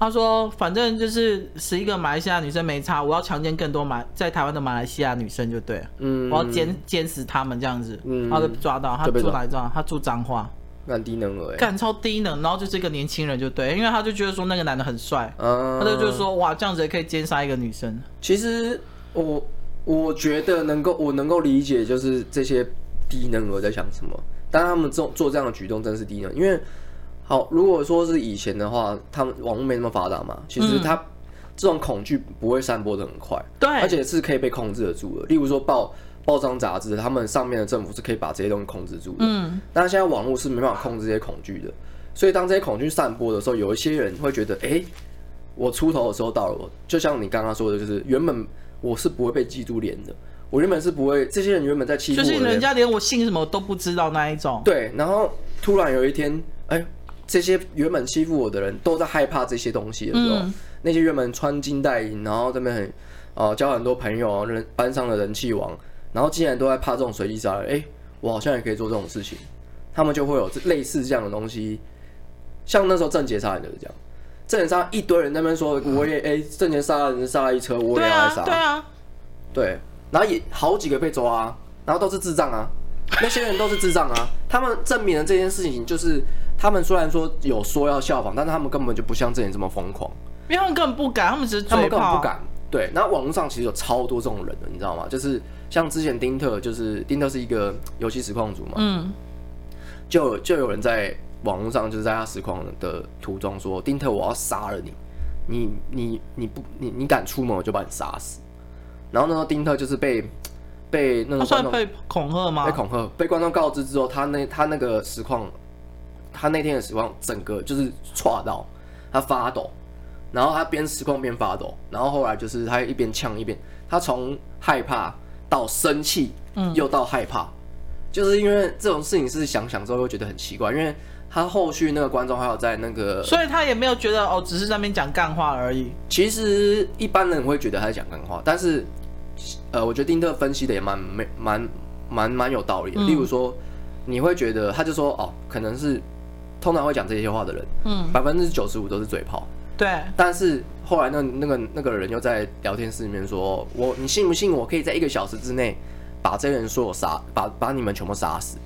[SPEAKER 4] 他说：“反正就是十一个马来西亚女生没差，我要强奸更多马在台湾的马来西亚女生就对了，
[SPEAKER 2] 嗯，
[SPEAKER 4] 我要奸奸死他们这样子，
[SPEAKER 2] 嗯
[SPEAKER 4] 然后就抓到他
[SPEAKER 2] 就被
[SPEAKER 4] 住
[SPEAKER 2] 抓
[SPEAKER 4] 哪里抓到？他住彰化，
[SPEAKER 2] 蛮低能儿欸，
[SPEAKER 4] 干超低能，然后就是一个年轻人就对，因为他就觉得说那个男的很帅，
[SPEAKER 2] 嗯，
[SPEAKER 4] 他就就是，说哇，这样子也可以奸杀一个女生，
[SPEAKER 2] 其实我我觉得能够我能够理解，就是这些低能儿在想什么，但他们做做这样的举动真是低能，因为好，如果说是以前的话，他们网络没那么发达嘛，其实
[SPEAKER 4] 嗯
[SPEAKER 2] 他、这种恐惧不会散播的很快，
[SPEAKER 4] 对，
[SPEAKER 2] 而且是可以被控制得住的。例如说报报章杂志，他们上面的政府是可以把这些东西控制住的。
[SPEAKER 4] 嗯，
[SPEAKER 2] 但现在网络是没办法控制这些恐惧的，所以当这些恐惧散播的时候，有一些人会觉得，哎、我出头的时候到了，我就像你刚刚说的，就是原本我是不会被记住脸的，我原本是不会，这些人原本在欺负
[SPEAKER 4] 就
[SPEAKER 2] 我的
[SPEAKER 4] 是人家连我姓什么都不知道那一种。
[SPEAKER 2] 对，然后突然有一天，哎，这些原本欺负我的人都在害怕这些东西的时候，
[SPEAKER 4] 嗯
[SPEAKER 2] 那些原本穿金戴银，然后这边很呃交很多朋友，人班上的人气王，然后竟然都在怕这种随意杀人，哎，我好像也可以做这种事情，他们就会有这类似这样的东西，像那时候郑捷杀人就是这样。郑捷杀一堆人在那边说，我也哎，郑捷杀人杀了一车，我也
[SPEAKER 4] 嗯对
[SPEAKER 2] 要来
[SPEAKER 4] 啊
[SPEAKER 2] 杀，，
[SPEAKER 4] 对啊，
[SPEAKER 2] 对，然后也好几个被抓啊，然后都是智障啊，那些人都是智障啊。他们证明了这件事情，就是他们虽然说有说要效仿，但是他们根本就不像之前这么疯狂，
[SPEAKER 4] 因为他们根本不敢，他们只是
[SPEAKER 2] 他
[SPEAKER 4] 嘴
[SPEAKER 2] 们根本
[SPEAKER 4] 炮，
[SPEAKER 2] 不敢。对，那网络上其实有超多这种人的，你知道吗？就是像之前丁特，就是丁特是一个游戏实况组嘛，
[SPEAKER 4] 嗯，
[SPEAKER 2] 就有就有人在网络上就是在他实况的途中说，丁特我要杀了你，你你你不你你敢出门我就把你杀死。然后那时候丁特就是被被那个观
[SPEAKER 4] 他哦算
[SPEAKER 2] 众
[SPEAKER 4] 被恐吓吗
[SPEAKER 2] 被？恐吓，被观众告知之后，他那他那个实况，他那天的实况整个就是岔到，他发抖，然后他边实况边发抖，然后后来就是他一边呛一边，他从害怕到生气，又到害怕，就是因为这种事情是想想之后会觉得很奇怪，因为他后续那个观众还有在那个，
[SPEAKER 4] 所以他也没有觉得哦，只是在那边讲干话而已。
[SPEAKER 2] 其实一般人会觉得他在讲干话，但是呃，我觉得丁特分析的也蛮没蛮蛮蛮有道理的。
[SPEAKER 4] 嗯
[SPEAKER 2] 例如说，你会觉得他就说哦，可能是通常会讲这些话的人，
[SPEAKER 4] 嗯，
[SPEAKER 2] 百分之九十五都是嘴炮。
[SPEAKER 4] 对，
[SPEAKER 2] 但是后来那那个那个人又在聊天室里面说，我你信不信我可以在一个小时之内把这些人所有杀，把把你们全部杀死？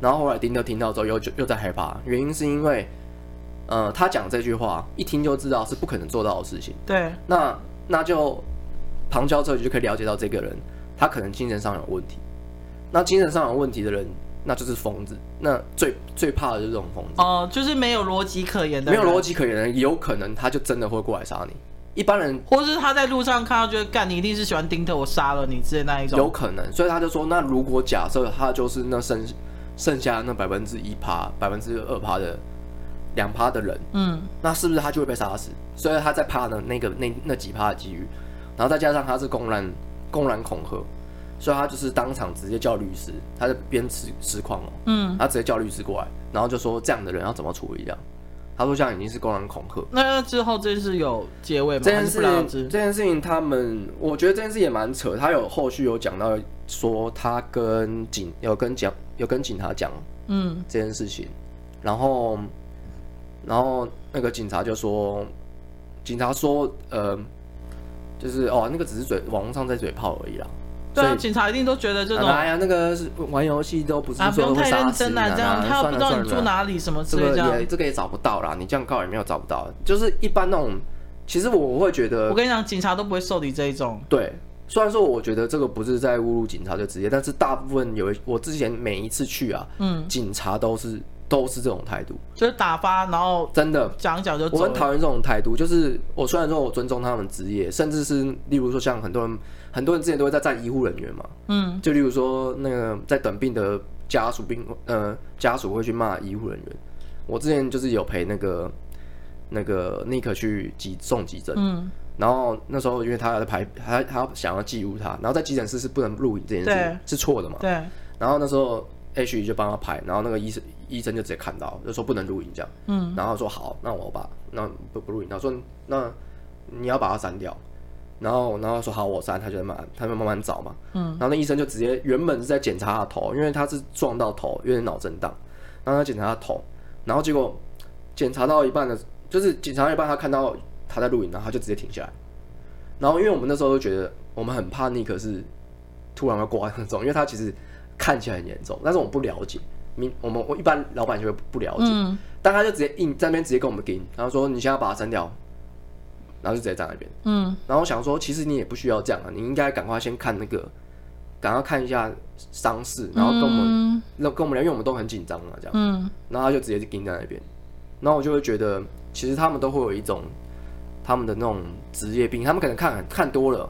[SPEAKER 2] 然后后来丁特听到之后又就又在害怕，原因是因为，呃，他讲这句话一听就知道是不可能做到的事情。
[SPEAKER 4] 对，
[SPEAKER 2] 那那就旁敲侧击就可以了解到这个人，他可能精神上有问题。那精神上有问题的人，那就是疯子。那最最怕的就是这种疯子，
[SPEAKER 4] 哦、就是没有逻辑可言的，
[SPEAKER 2] 没有逻，辑可言的人，有可能他就真的会过来杀你。一般人
[SPEAKER 4] 或是他在路上看到觉得干，你一定是喜欢丁特，我杀了你之类那一
[SPEAKER 2] 有
[SPEAKER 4] 种。
[SPEAKER 2] 可能，所以他就说，那如果假设他就是那剩剩下那百分之一趴、百分之二趴的两趴的人，
[SPEAKER 4] 嗯，
[SPEAKER 2] 那是不是他就会被杀死？所以他在怕的那个那那几趴的机遇，然后再加上他是公然公然恐吓，所以他就是当场直接叫律师，他在边吃实况哦，
[SPEAKER 4] 嗯，
[SPEAKER 2] 他直接叫律师过来，然后就说这样的人要怎么处理这样。他说这样已经是公然恐吓，
[SPEAKER 4] 那之后这是有结尾吗？
[SPEAKER 2] 这件
[SPEAKER 4] 哦还是
[SPEAKER 2] 事
[SPEAKER 4] 不了了
[SPEAKER 2] 情，
[SPEAKER 4] 之。
[SPEAKER 2] 这件事情，他们我觉得这件事也蛮扯。他有后续有讲到说，他跟警有跟讲有跟警察讲
[SPEAKER 4] 嗯，
[SPEAKER 2] 这件事情，然后然后那个警察就说，警察说，呃，就是哦，那个只是嘴网络上在嘴炮而已啦。
[SPEAKER 4] 对啊，
[SPEAKER 2] 所以
[SPEAKER 4] 警察一定都觉得这种
[SPEAKER 2] 哎呀，那个是玩游戏都不是
[SPEAKER 4] 啊，不
[SPEAKER 2] 说
[SPEAKER 4] 用
[SPEAKER 2] 会
[SPEAKER 4] 太
[SPEAKER 2] 杀
[SPEAKER 4] 认
[SPEAKER 2] 死人
[SPEAKER 4] 真啦，
[SPEAKER 2] 啊，
[SPEAKER 4] 这样他又不
[SPEAKER 2] 算了
[SPEAKER 4] 知道
[SPEAKER 2] 算
[SPEAKER 4] 你
[SPEAKER 2] 了
[SPEAKER 4] 住哪里什么之
[SPEAKER 2] 这
[SPEAKER 4] 类
[SPEAKER 2] 个
[SPEAKER 4] 这
[SPEAKER 2] 也
[SPEAKER 4] 样。
[SPEAKER 2] 这个也找不到啦，你这样告也没有找不到，就是一般那种，其实我会觉得
[SPEAKER 4] 我跟你讲，警察都不会受理这一种。
[SPEAKER 2] 对，虽然说我觉得这个不是在侮辱警察的职业，但是大部分有一我之前每一次去啊，
[SPEAKER 4] 嗯，
[SPEAKER 2] 警察都是都是这种态度，
[SPEAKER 4] 就是打发，然后
[SPEAKER 2] 真的，
[SPEAKER 4] 讲一讲就
[SPEAKER 2] 我
[SPEAKER 4] 走
[SPEAKER 2] 很讨
[SPEAKER 4] 了。
[SPEAKER 2] 厌这种态度。就是我虽然说我尊重他们职业，甚至是例如说像很多人，很多人之前都会在站医护人员嘛，
[SPEAKER 4] 嗯，
[SPEAKER 2] 就例如说那个在等病的家属病呃家属会去骂医护人员，我之前就是有陪那个那个尼克去急送急诊，
[SPEAKER 4] 嗯，
[SPEAKER 2] 然后那时候因为他在排，他他想要记录他，然后在急诊室是不能录影这件事
[SPEAKER 4] 对
[SPEAKER 2] 情是错的嘛。
[SPEAKER 4] 对，
[SPEAKER 2] 然后那时候 H 就帮他排，然后那个医生医生就直接看到，就说不能录影这样。
[SPEAKER 4] 嗯，
[SPEAKER 2] 然后说好，那我把那不不录影，他说那你要把它删掉。然后，然后说好，我删，他就慢慢，他就慢慢找嘛。
[SPEAKER 4] 嗯，
[SPEAKER 2] 然后那医生就直接原本是在检查他的头，因为他是撞到头，有点脑震荡，然后他检查他的头，然后结果检查到一半的，就是检查到一半，他看到他在录影，然后他就直接停下来。然后，因为我们那时候就觉得我们很怕尼克是突然会挂那种，因为他其实看起来很严重，但是我们不了解，明我们我一般老板就会不了解，
[SPEAKER 4] 嗯，
[SPEAKER 2] 但他就直接硬在那边直接跟我们顶，然后说你现在把它删掉，然后就直接站在那边。
[SPEAKER 4] 嗯，
[SPEAKER 2] 然后我想说，其实你也不需要这样啊，你应该赶快先看那个，赶快看一下伤势，然后跟我们，
[SPEAKER 4] 嗯，
[SPEAKER 2] 那跟我们聊，因为我们都很紧张嘛，这样。
[SPEAKER 4] 嗯，
[SPEAKER 2] 然后他就直接盯在那边，然后我就会觉得，其实他们都会有一种他们的那种职业病，他们可能看看多了，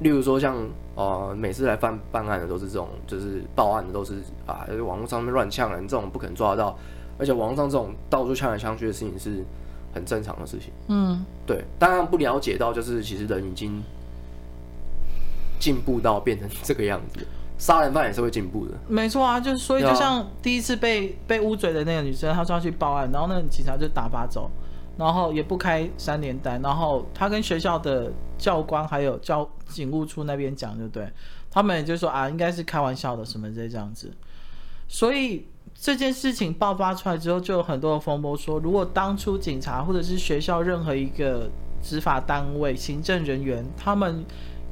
[SPEAKER 2] 例如说像呃每次来犯办案的都是这种，就是报案的都是啊网络上面乱呛人，这种不可能抓得到，而且网络上这种到处呛来呛去的事情是很正常的事情。
[SPEAKER 4] 嗯，
[SPEAKER 2] 对，当然不了解到就是其实人已经进步到变成这个样子。杀人犯也是会进步的，
[SPEAKER 4] 没错啊，就是所以
[SPEAKER 2] 对啊
[SPEAKER 4] 就像第一次被被捂嘴的那个女生，她说要去报案，然后那个警察就打发走，然后也不开三连单，然后她跟学校的教官还有教警务处那边讲，对不对？他们也就说啊，应该是开玩笑的什么之类这样子。所以这件事情爆发出来之后，就有很多的风波说，如果当初警察或者是学校任何一个执法单位、行政人员，他们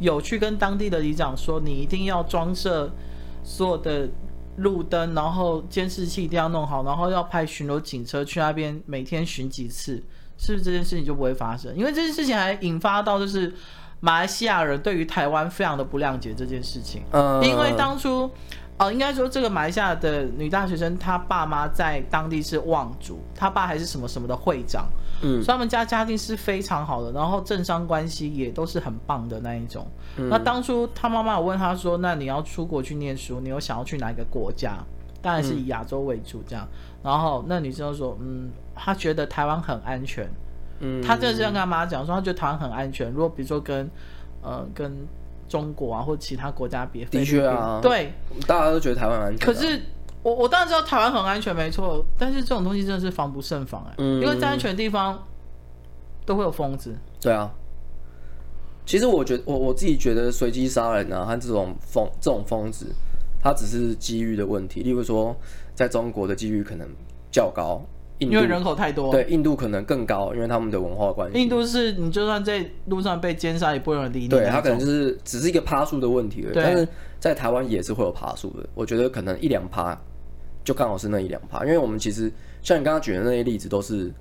[SPEAKER 4] 有去跟当地的里长说，你一定要装设所有的路灯，然后监视器一定要弄好，然后要派巡逻警车去那边每天巡几次，是不是这件事情就不会发生？因为这件事情还引发到就是马来西亚人对于台湾非常的不谅解这件事情。
[SPEAKER 2] 呃，
[SPEAKER 4] 因为当初，哦，应该说这个马来西亚的女大学生，她爸妈在当地是望族，她爸还是什么什么的会长，
[SPEAKER 2] 嗯
[SPEAKER 4] 所以他们家家境是非常好的，然后政商关系也都是很棒的那一种。
[SPEAKER 2] 嗯
[SPEAKER 4] 那当初她妈妈有问她说：“那你要出国去念书，你有想要去哪一个国家？”当然
[SPEAKER 2] 嗯
[SPEAKER 4] 是以亚洲为主这样。然后那女生就说：“嗯，她觉得台湾很安全。”
[SPEAKER 2] 嗯
[SPEAKER 4] 他真的是这样跟他妈讲说，他觉得台湾很安全。如果比如说跟呃跟中国啊或其他国家比，
[SPEAKER 2] 的确啊
[SPEAKER 4] 菲律宾对。
[SPEAKER 2] 大家都觉得台湾安全啊、
[SPEAKER 4] 可是我我当然知道台湾很安全，没错。但是这种东西真的是防不胜防哎、
[SPEAKER 2] 嗯
[SPEAKER 4] 因为在安全的地方都会有疯子。
[SPEAKER 2] 对啊，其实我觉得我我自己觉得随机杀人啊，和这种疯这种疯子，他只是机遇的问题。例如说，在中国的机遇可能较高，印度
[SPEAKER 4] 因为人口太多，
[SPEAKER 2] 对，印度可能更高，因为他们的文化关系。
[SPEAKER 4] 印度是你就算在路上被奸杀，也不会有人理你那种。
[SPEAKER 2] 对他可能就是只是一个趴数的问题而已，
[SPEAKER 4] 对
[SPEAKER 2] 但是在台湾也是会有趴数的。我觉得可能一两趴就刚好是那一两趴，因为我们其实像你刚刚举的那些例子都是，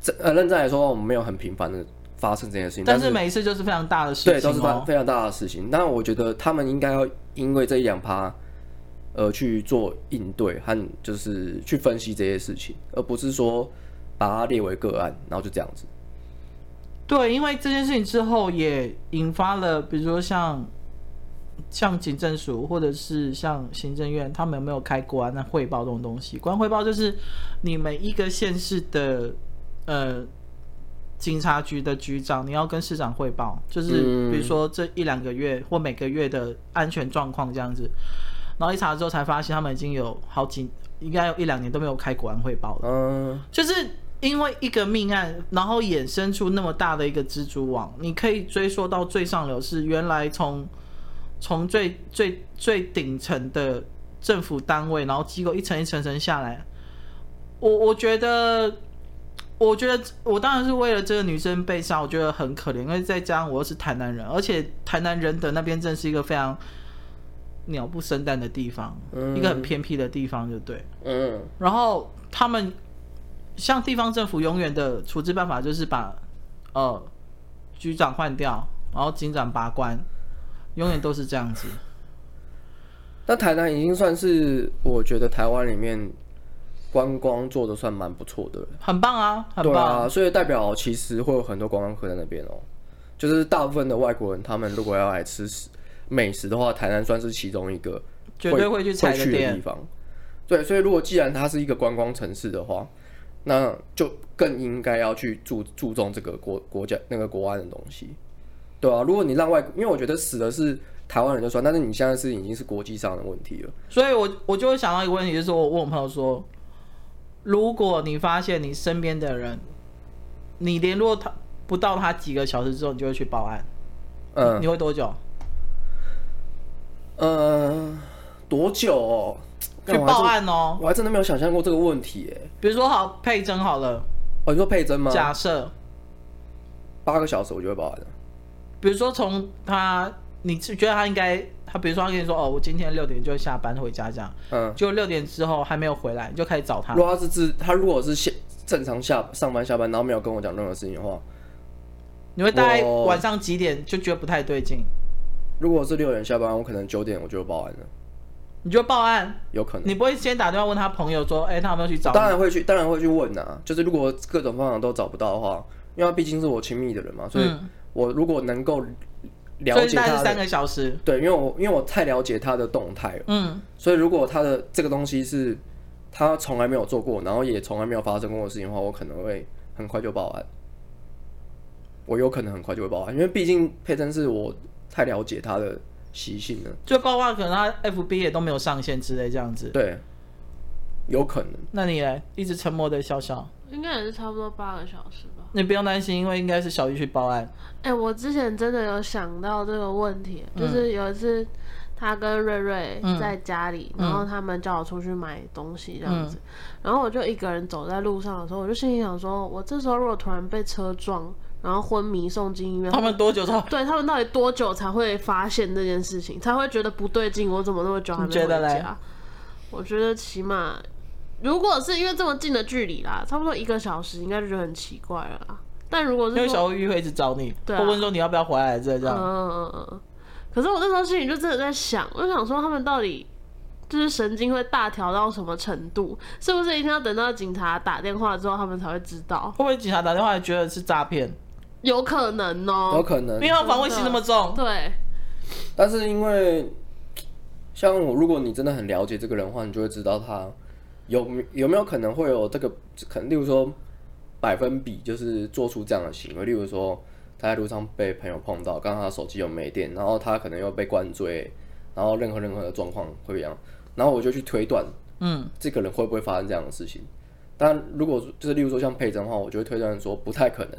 [SPEAKER 2] 这呃认真来说，我们没有很频繁的发生这件事情，
[SPEAKER 4] 但
[SPEAKER 2] 是
[SPEAKER 4] 是每一次就是非常大的事情、哦，
[SPEAKER 2] 对，都是非非常大的事情。那我觉得他们应该要因为这一两趴，呃，去做应对和就是去分析这些事情，而不是说把它列为个案，然后就这样子。
[SPEAKER 4] 对，因为这件事情之后也引发了，比如说像像警政署或者是像行政院，他们有没有开国安啊那汇报这种东西？国安汇报就是你每一个县市的呃警察局的局长，你要跟市长汇报，就是
[SPEAKER 2] 嗯
[SPEAKER 4] 比如说这一两个月或每个月的安全状况这样子。然后一查之后才发现，他们已经有好几应该有一两年都没有开国安汇报了。
[SPEAKER 2] 嗯，
[SPEAKER 4] 就是因为一个命案，然后衍生出那么大的一个蜘蛛网，你可以追溯到最上流是原来从从最最最顶层的政府单位，然后机构一层一层层下来。我我觉得，我觉得我当然是为了这个女生被杀，我觉得很可怜，因为再加上我又是台南人，而且台南人的那边真是一个非常鸟不生蛋的地方，一个很偏僻的地方，就对。
[SPEAKER 2] 嗯，
[SPEAKER 4] 然后他们像地方政府永远的处置办法就是把呃局长换掉，然后警长拔关，永远都是这样子。
[SPEAKER 2] 那台南已经算是我觉得台湾里面观光做的算蛮不错的了。
[SPEAKER 4] 很棒啊，很
[SPEAKER 2] 对
[SPEAKER 4] 棒。
[SPEAKER 2] 啊，所以代表其实会有很多观光客在那边哦。就是大部分的外国人，他们如果要来吃食美食的话，台南算是其中一个
[SPEAKER 4] 绝对会去踩的
[SPEAKER 2] 会去的
[SPEAKER 4] 店
[SPEAKER 2] 地方。对，所以如果既然它是一个观光城市的话，那就更应该要去注注重这个国国家那个国安的东西，对啊，如果你让外，因为我觉得死的是台湾人就算，但是你现在是已经是国际上的问题了。
[SPEAKER 4] 所以我我就会想到一个问题，就是我问我朋友说，如果你发现你身边的人，你联络他不到他几个小时之后，你就会去报案，
[SPEAKER 2] 嗯
[SPEAKER 4] 你会多久？
[SPEAKER 2] 呃，多久哦？
[SPEAKER 4] 去报案哦。
[SPEAKER 2] 我还真的没有想象过这个问题哎。
[SPEAKER 4] 比如说好佩珍好了，
[SPEAKER 2] 哦，你说佩珍吗？
[SPEAKER 4] 假设
[SPEAKER 2] 八个小时我就会报案了。
[SPEAKER 4] 比如说从他，你是觉得他应该，他比如说他跟你说，哦，我今天六点就下班回家这样，
[SPEAKER 2] 嗯，
[SPEAKER 4] 就六点之后还没有回来，你就开始找他
[SPEAKER 2] 如。果他是自他如果是现正常下上班下班，然后没有跟我讲任何事情的话，
[SPEAKER 4] 你会大概
[SPEAKER 2] 我
[SPEAKER 4] 晚上几点就觉得不太对劲，
[SPEAKER 2] 如果是六点下班，我可能九点我就会报案了，
[SPEAKER 4] 你就报案，
[SPEAKER 2] 有可能。
[SPEAKER 4] 你不会先打电话问他朋友说，哎、他有没有去找你？
[SPEAKER 2] 当然会去，当然会去问啊。就是如果各种方法都找不到的话，因为他毕竟是我亲密的人嘛，所以
[SPEAKER 4] 嗯
[SPEAKER 2] 我如果能够
[SPEAKER 4] 所
[SPEAKER 2] 了
[SPEAKER 4] 以
[SPEAKER 2] 解
[SPEAKER 4] 大概
[SPEAKER 2] 他
[SPEAKER 4] 是三
[SPEAKER 2] 的，
[SPEAKER 4] 个小时。
[SPEAKER 2] 对，因为我因为我太了解他的动态了，
[SPEAKER 4] 嗯，
[SPEAKER 2] 所以如果他的这个东西是他从来没有做过，然后也从来没有发生过的事情的话，我可能会很快就报案。我有可能很快就会报案，因为毕竟佩珍是我太了解他的习性了。
[SPEAKER 4] 就包括可能他 FB 也都没有上线之类这样子。
[SPEAKER 2] 对，有可能。
[SPEAKER 4] 那你嘞，一直沉默的笑笑，
[SPEAKER 1] 应该也是差不多八个小时吧。
[SPEAKER 4] 你不用担心，因为应该是小玉去报案。
[SPEAKER 1] 哎、我之前真的有想到这个问题，
[SPEAKER 4] 嗯
[SPEAKER 1] 就是有一次他跟瑞瑞在家里，
[SPEAKER 4] 嗯
[SPEAKER 1] 然后他们叫我出去买东西这样子，然后我就一个人走在路上的时候，我就心里想说，我这时候如果突然被车撞，然后昏迷送进医院，
[SPEAKER 4] 他们多 久才？
[SPEAKER 1] 对他们到底多久才会发现这件事情，才会觉得不对劲？我怎么那么久还没
[SPEAKER 4] 你觉
[SPEAKER 1] 回
[SPEAKER 4] 得嘞
[SPEAKER 1] 家？我觉得起码，如果是因为这么近的距离啦，差不多一个小时，应该就觉得很奇怪了啦。但如果是
[SPEAKER 4] 因为
[SPEAKER 1] 说
[SPEAKER 4] 小啊玉会一直找你，
[SPEAKER 1] 对啊
[SPEAKER 4] 会问说你要不要回来之类这
[SPEAKER 1] 嗯
[SPEAKER 4] 样。
[SPEAKER 1] 嗯嗯嗯嗯。可是我那时候心里就真的在想，我就想说他们到底就是神经会大条到什么程度？是不是一定要等到警察打电话之后他们才会知道
[SPEAKER 4] 会？不会警察打电话来觉得是诈骗？
[SPEAKER 1] 有可能
[SPEAKER 2] 有
[SPEAKER 1] 哦、
[SPEAKER 2] 可能
[SPEAKER 4] 因为，他防卫心那么重，
[SPEAKER 1] 对，
[SPEAKER 2] 但是因为像我，如果你真的很了解这个人的话，你就会知道他有没有没有可能会有这个，可能例如说百分比，就是做出这样的行为，例如说他在路上被朋友碰到，刚刚他手机有没电，然后他可能又被灌醉，然后任何任何的状况会一样，然后我就去推断
[SPEAKER 4] 嗯，
[SPEAKER 2] 这个人会不会发生这样的事情。但如果就是例如说像佩珍的话，我就会推断说不太可能，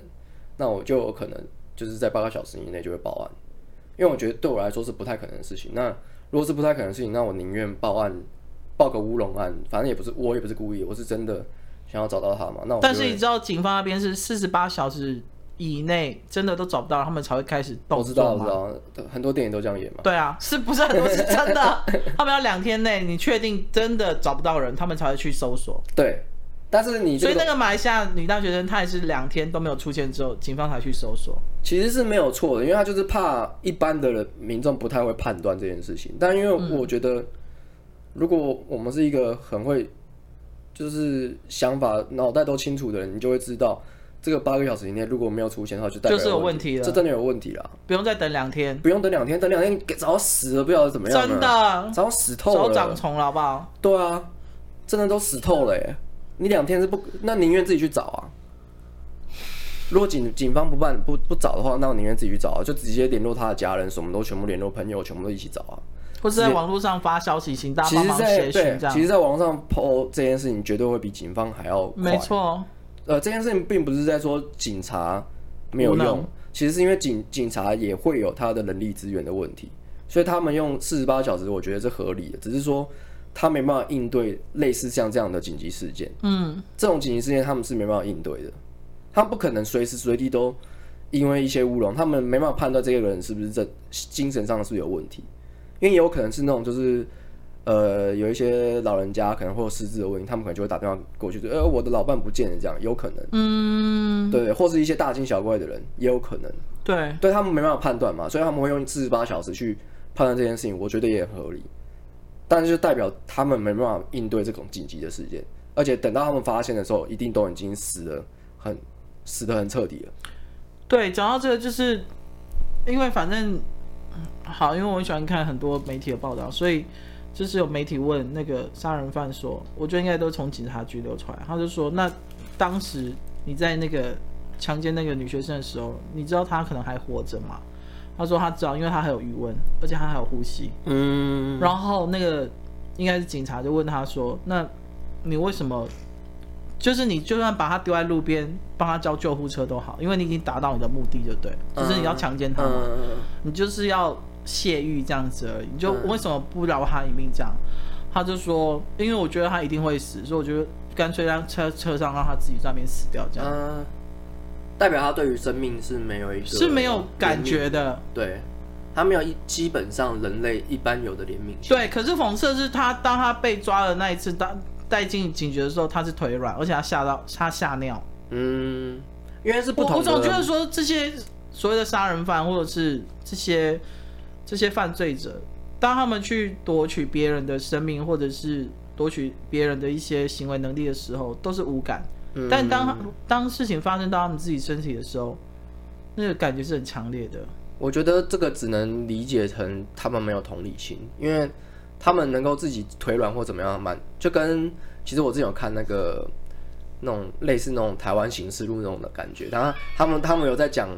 [SPEAKER 2] 那我就有可能就是在八个小时以内就会报案，因为我觉得对我来说是不太可能的事情。那如果是不太可能的事情，那我宁愿报案，报个乌龙案，反正也不是我也不是故意，我是真的想要找到他嘛。那我就
[SPEAKER 4] 但
[SPEAKER 2] 会
[SPEAKER 4] 是你知道警方那边是四十八小时以内真的都找不到，他们才会开始
[SPEAKER 2] 我
[SPEAKER 4] 动
[SPEAKER 2] 知道
[SPEAKER 4] 作
[SPEAKER 2] 我知
[SPEAKER 4] 吗？
[SPEAKER 2] 道，很多电影都这样演嘛。
[SPEAKER 4] 对啊，是不是很多是真 的？他们要两天内你确定真的找不到人，他们才会去搜索。
[SPEAKER 2] 对，但是你
[SPEAKER 4] 所
[SPEAKER 2] 这
[SPEAKER 4] 以那
[SPEAKER 2] 个
[SPEAKER 4] 个马来西亚女大学生，她也是两天都没有出现之后，警方才去搜索。
[SPEAKER 2] 其实是没有错的，因为他就是怕一般的人民众不太会判断这件事情。但因为我觉得，如果我们是一个很会，就是想法脑袋都清楚的人，你就会知道，这个八个小时以内如果没有出现的话，就代表
[SPEAKER 4] 就是有
[SPEAKER 2] 问
[SPEAKER 4] 问题了
[SPEAKER 2] 这真的有问题啦，
[SPEAKER 4] 不用再等两天，
[SPEAKER 2] 不用等两天，等两天给早死了，不晓得怎么样了啊
[SPEAKER 4] 真，的啊
[SPEAKER 2] 早死透
[SPEAKER 4] 手长
[SPEAKER 2] 了。
[SPEAKER 4] 虫了，好不好？
[SPEAKER 2] 对啊，真的都死透了耶！你两天是不，那宁愿自己去找啊。如果警警方不办不不找的话，那我宁愿自己去找啊，就直接联络他的家人，什么都全部联络，朋友全部都一起找啊。
[SPEAKER 4] 或是在网络上发消息，请大家
[SPEAKER 2] 其
[SPEAKER 4] 帮
[SPEAKER 2] 实
[SPEAKER 4] 忙
[SPEAKER 2] 在，
[SPEAKER 4] 协
[SPEAKER 2] 对
[SPEAKER 4] 寻这，
[SPEAKER 2] 其实，
[SPEAKER 4] 样。
[SPEAKER 2] 在网上 PO 这件事情绝对会比警方还要快。
[SPEAKER 4] 没，错，
[SPEAKER 2] 呃，这件事情并不是在说警察没有
[SPEAKER 4] 无
[SPEAKER 2] 用
[SPEAKER 4] 能，
[SPEAKER 2] 其实是因为警警察也会有他的人力资源的问题，所以他们用四十八小时，我觉得是合理的，只是说他没办法应对类似像这样的紧急事件。
[SPEAKER 4] 嗯，
[SPEAKER 2] 这种紧急事件他们是没办法应对的，他们不可能随时随地都因为一些乌龙，他们没办法判断这个人是不是这精神上是不是有问题，因为有可能是那种就是呃有一些老人家可能会有失智的问题，他们可能就会打电话过去说，呃我的老伴不见了这样，有可能，嗯，对，或是一些大惊小怪的人也有可能，
[SPEAKER 4] 对，
[SPEAKER 2] 对他们没办法判断嘛，所以他们会用四十八小时去判断这件事情，我觉得也很合理。但是就代表他们没办法应对这种紧急的事件，而且等到他们发现的时候，一定都已经死的很死的很彻底了。
[SPEAKER 4] 对，讲到这个，就是因为反正嗯好，因为我很喜欢看很多媒体的报道，所以就是有媒体问那个杀人犯说，我觉得应该都从警察局流出来。他就说，那当时你在那个强奸那个女学生的时候，你知道她可能还活着吗？他说他知道，因为他还有余温，而且他还有呼吸。
[SPEAKER 2] 嗯，
[SPEAKER 4] 然后那个应该是警察就问他说：“那你为什么？就是你就算把他丢在路边，帮他叫救护车都好，因为你已经达到你的目的，就对，就是你要强奸他嘛，
[SPEAKER 2] 嗯，
[SPEAKER 4] 你就是要泄欲这样子而已。你就
[SPEAKER 2] 嗯
[SPEAKER 4] 为什么不饶他一命这样？”他就说：“因为我觉得他一定会死，所以我觉得干脆让车车上让他自己在那边死掉，这样、
[SPEAKER 2] 呃，代表他对于生命是没有一个
[SPEAKER 4] 是没有感觉
[SPEAKER 2] 怜悯，
[SPEAKER 4] 的。”
[SPEAKER 2] 对他没有一基本上人类一般有的怜悯心。
[SPEAKER 4] 对，可是讽刺的是他，当他被抓的那一次，当带进警局的时候，他是腿软，而且他吓到他吓尿。
[SPEAKER 2] 嗯，因为是不
[SPEAKER 4] 我
[SPEAKER 2] 同
[SPEAKER 4] 我
[SPEAKER 2] 的，
[SPEAKER 4] 总觉得说这些所谓的杀人犯，或者是这些这些犯罪者，当他们去夺取别人的生命，或者是夺取别人的一些行为能力的时候，都是无感。
[SPEAKER 2] 嗯
[SPEAKER 4] 但当、当事情发生到他们自己身体的时候，那个感觉是很强烈的。
[SPEAKER 2] 我觉得这个只能理解成他们没有同理心，因为他们能够自己腿软或怎么样，蛮就跟其实我之前有看那个那种类似那种台湾行事录那种的感觉，然后他们他们有在讲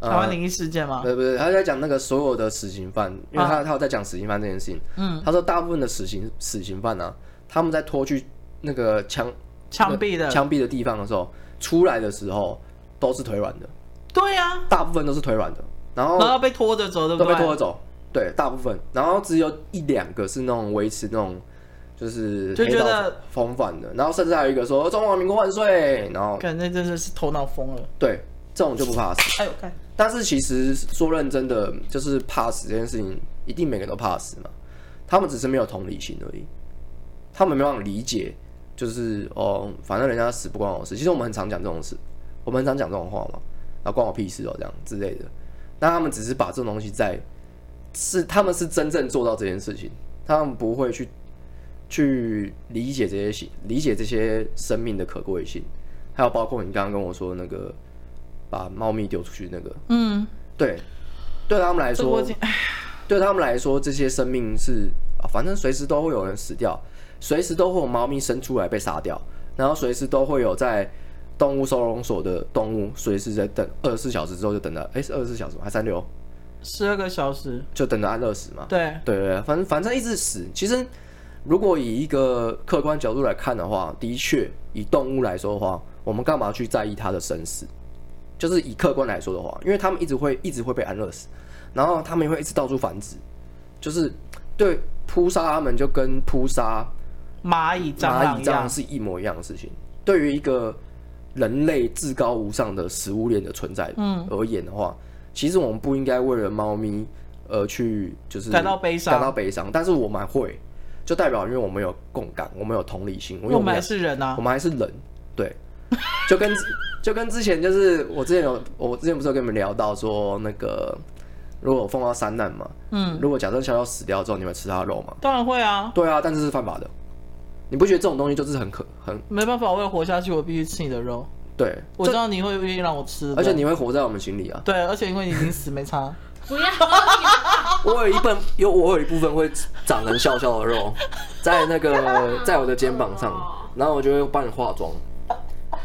[SPEAKER 4] 台湾灵异事件吗？
[SPEAKER 2] 呃对不对？他在讲那个所有的死刑犯，因为
[SPEAKER 4] 啊
[SPEAKER 2] 他、他有在讲死刑犯这件事情。嗯，他说大部分的死刑死刑犯啊，他们在拖去那个枪
[SPEAKER 4] 枪毙的，
[SPEAKER 2] 枪毙的地方的时候，出来的时候都是腿软的，
[SPEAKER 4] 对呀、
[SPEAKER 2] 大部分都是腿软的，然后
[SPEAKER 4] 然后被拖着走，对不
[SPEAKER 2] 哦都被
[SPEAKER 4] 对？
[SPEAKER 2] 拖着走。对，大部分，然后只有一两个是那种维持那种就是
[SPEAKER 4] 就
[SPEAKER 2] 黑
[SPEAKER 4] 觉
[SPEAKER 2] 道
[SPEAKER 4] 得
[SPEAKER 2] 风范的，然后甚至还有一个说中华民国万岁，然后
[SPEAKER 4] 感觉真的是头脑疯了。
[SPEAKER 2] 对这种就不怕死。
[SPEAKER 4] 哎呦，看
[SPEAKER 2] 但是其实说认真的，就是怕死这件事情，一定每个人都怕死嘛。他们只是没有同理心而已，他们没有办法理解，就是哦，反正人家死不关我事。其实我们很常讲这种事，我们很常讲这种话嘛，啊，关我屁事哦，这样之类的。那他们只是把这种东西在，是他们是真正做到这件事情，他们不会去去理解这些行，理解这些生命的可贵性，还有包括你刚刚跟我说那个把猫咪丢出去那个，
[SPEAKER 4] 嗯，
[SPEAKER 2] 对，对他们来
[SPEAKER 4] 这我
[SPEAKER 2] 说
[SPEAKER 4] 已，经哎
[SPEAKER 2] 对他们来说，这些生命是，啊反正随时都会有人死掉，随时都会有猫咪生出来被杀掉，然后随时都会有在动物收容所的动物，随时在等二十四小时之后就等到，哎，是二十四小时吗还三六，
[SPEAKER 4] 十二个小时，
[SPEAKER 2] 就等着安乐死嘛。
[SPEAKER 4] 对，
[SPEAKER 2] 对对对，反正反正一直死。其实，如果以一个客观角度来看的话，的确，以动物来说的话，我们干嘛去在意它的生死？就是以客观来说的话，因为它们一直会一直会被安乐死，然后它们也会一直到处繁殖，就是对扑杀它们就跟扑杀
[SPEAKER 4] 蚂蚁、蟑
[SPEAKER 2] 蚂
[SPEAKER 4] 螂
[SPEAKER 2] 蚁、
[SPEAKER 4] 一
[SPEAKER 2] 蟑
[SPEAKER 4] 样
[SPEAKER 2] 螂，是一模一样的事情。对于一个人类至高无上的食物链的存在
[SPEAKER 4] 嗯
[SPEAKER 2] 而言的话，其实我们不应该为了猫咪而去就是
[SPEAKER 4] 感到悲伤
[SPEAKER 2] 感到悲伤。但是我们会，就代表因为我们有共感，我们有同理心，因为
[SPEAKER 4] 我们
[SPEAKER 2] 还
[SPEAKER 4] 还是人啊
[SPEAKER 2] 我。们还是人，对，就跟就跟之 前就是我之前有我之前不是有跟你们聊到说那个。如果我碰到三难嘛，
[SPEAKER 4] 嗯，
[SPEAKER 2] 如果假设小小死掉之后，你们吃它的肉吗？
[SPEAKER 4] 当然会啊，
[SPEAKER 2] 对啊，但这是犯法的。你不觉得这种东西就是很可很
[SPEAKER 4] 没办法，为了活下去，我必须吃你的肉。
[SPEAKER 2] 对？
[SPEAKER 4] 我
[SPEAKER 2] 这
[SPEAKER 4] 知道你会愿意让我吃的，
[SPEAKER 2] 而且你会活在我们心里啊。
[SPEAKER 4] 对，而且因为你已经死没差，
[SPEAKER 1] 不要你
[SPEAKER 2] 我有一部有我有一部分会长成笑笑的肉， 在那个在我的肩膀上，然后我就会帮你化妆，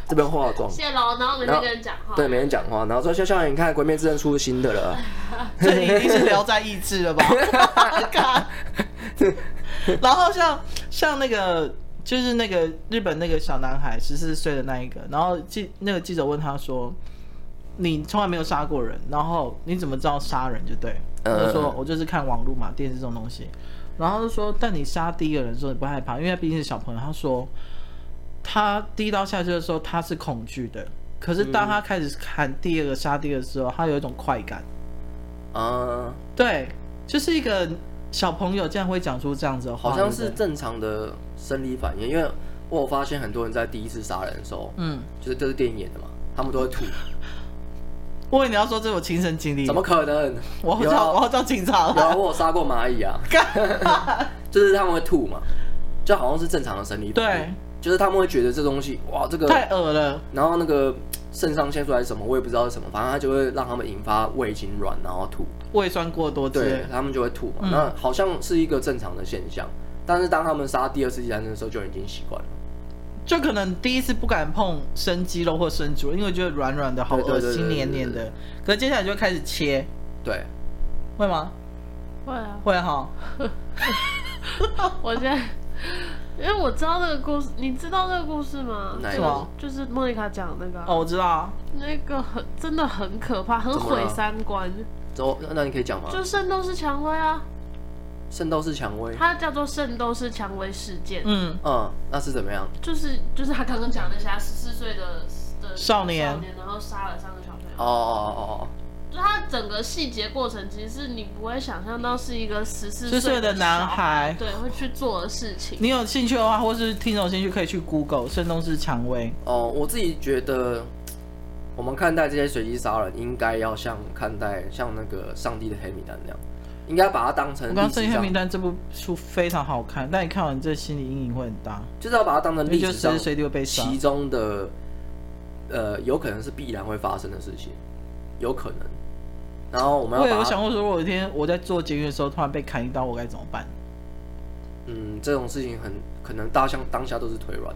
[SPEAKER 2] 这边化妆。
[SPEAKER 1] 谢喽，然后跟那个人讲话，
[SPEAKER 2] 对，每天讲话，然后说笑笑，你看《鬼灭之刃》出新的了，
[SPEAKER 4] 这已经是《聊斋意志》了吧？看然后像像那个就是那个日本那个小男孩十四岁的那一个，然后记那个记者问他说：“你从来没有杀过人，然后你怎么知道杀人就对？”
[SPEAKER 2] 嗯
[SPEAKER 4] 他就说：“我就是看网络嘛，电视这种东西。”然后他就说：“但你杀第一个人的时候你不害怕，因为他毕竟是小朋友。”他说：“他第一刀下去的时候他是恐惧的，可是当他开始喊第二个杀第二个的时候，他有一种快感。”
[SPEAKER 2] 啊，
[SPEAKER 4] 对，就是一个小朋友竟然会讲出这样子的话，
[SPEAKER 2] 好像是
[SPEAKER 4] 对不对
[SPEAKER 2] 正常的生理反应，因为我有发现很多人在第一次杀人的时候，
[SPEAKER 4] 嗯，
[SPEAKER 2] 就是这是电影演的嘛，他们都会吐，
[SPEAKER 4] 我以为你要说这是我亲身经历，
[SPEAKER 2] 怎么？可能？
[SPEAKER 4] 我要
[SPEAKER 2] 有啊
[SPEAKER 4] 叫我要叫警察
[SPEAKER 2] 有啊，
[SPEAKER 4] 了。
[SPEAKER 2] 我有杀过蚂蚁啊，就是他们会吐嘛，就好像是正常的生理反应
[SPEAKER 4] 对，
[SPEAKER 2] 就是他们会觉得这东西哇，这个，
[SPEAKER 4] 太恶了，
[SPEAKER 2] 然后那个肾上腺素还是什么，我也不知道是什么，反正它就会让他们引发胃痉挛，然后吐，
[SPEAKER 4] 胃酸过多之类
[SPEAKER 2] 对
[SPEAKER 4] 的。
[SPEAKER 2] 他们就会吐嘛，
[SPEAKER 4] 嗯
[SPEAKER 2] 那好像是一个正常的现象，但是当他们杀第二次、第三次的时候就已经习惯了，
[SPEAKER 4] 就可能第一次不敢碰生鸡肉或生猪，因为觉得软软的、好
[SPEAKER 2] 对对
[SPEAKER 4] 恶
[SPEAKER 2] 对
[SPEAKER 4] 心、
[SPEAKER 2] 对对
[SPEAKER 4] 黏黏
[SPEAKER 2] 对
[SPEAKER 4] 的。可是接下来就开始切，
[SPEAKER 2] 对，
[SPEAKER 4] 啊会吗？
[SPEAKER 1] 会啊，
[SPEAKER 4] 会哈。
[SPEAKER 1] 我现在。因为我知道这个故事，你知道这个故事吗？
[SPEAKER 2] 哪
[SPEAKER 4] 一个
[SPEAKER 1] 就是莫妮卡讲那个啊、
[SPEAKER 4] 哦，我知道啊，
[SPEAKER 1] 那个很真的很可怕，很
[SPEAKER 2] 怎么
[SPEAKER 1] 毁
[SPEAKER 2] 了
[SPEAKER 1] 三观。
[SPEAKER 2] 之后那你可以
[SPEAKER 4] 啊
[SPEAKER 2] 讲吗？
[SPEAKER 1] 就圣斗士蔷薇啊，
[SPEAKER 2] 圣斗士蔷薇，
[SPEAKER 1] 它叫做圣斗士蔷薇事件，
[SPEAKER 4] 嗯，
[SPEAKER 2] 嗯，那是怎么样？
[SPEAKER 1] 就是就是他刚刚讲的那些十四岁的的
[SPEAKER 4] 少年
[SPEAKER 1] 少年，然后杀了三个小朋友。
[SPEAKER 2] 哦哦哦
[SPEAKER 1] 就它整个细节过程，其实是你不会想象到是一个十四
[SPEAKER 4] 14岁
[SPEAKER 1] 的
[SPEAKER 4] 的男
[SPEAKER 1] 小
[SPEAKER 4] 孩
[SPEAKER 1] 对会去做的事情。
[SPEAKER 4] 你有兴趣的话，或是听众有兴趣，可以去 Google 圣东是蔷薇。
[SPEAKER 2] 哦哦，我自己觉得。我们看待这些随机杀人，应该要像看待像那个上帝的黑名单那样，应该把它当成
[SPEAKER 4] 我
[SPEAKER 2] 历
[SPEAKER 4] 刚刚《
[SPEAKER 2] 史
[SPEAKER 4] 圣黑
[SPEAKER 2] 上
[SPEAKER 4] 名单》这部书非常好看，但你看完这心理阴影会很大。
[SPEAKER 2] 就是要把它当成历
[SPEAKER 4] 因
[SPEAKER 2] 史
[SPEAKER 4] 为就随
[SPEAKER 2] 上
[SPEAKER 4] 时随地会被杀
[SPEAKER 2] 其中的呃，有可能是必然会发生的事情，有可能。然后我们
[SPEAKER 4] 我
[SPEAKER 2] 要
[SPEAKER 4] 有
[SPEAKER 2] 把它
[SPEAKER 4] 想过，如果有一天我在做监狱的时候突然被砍一刀，我该怎么办？
[SPEAKER 2] 嗯，这种事情很可能大象当下都是腿软，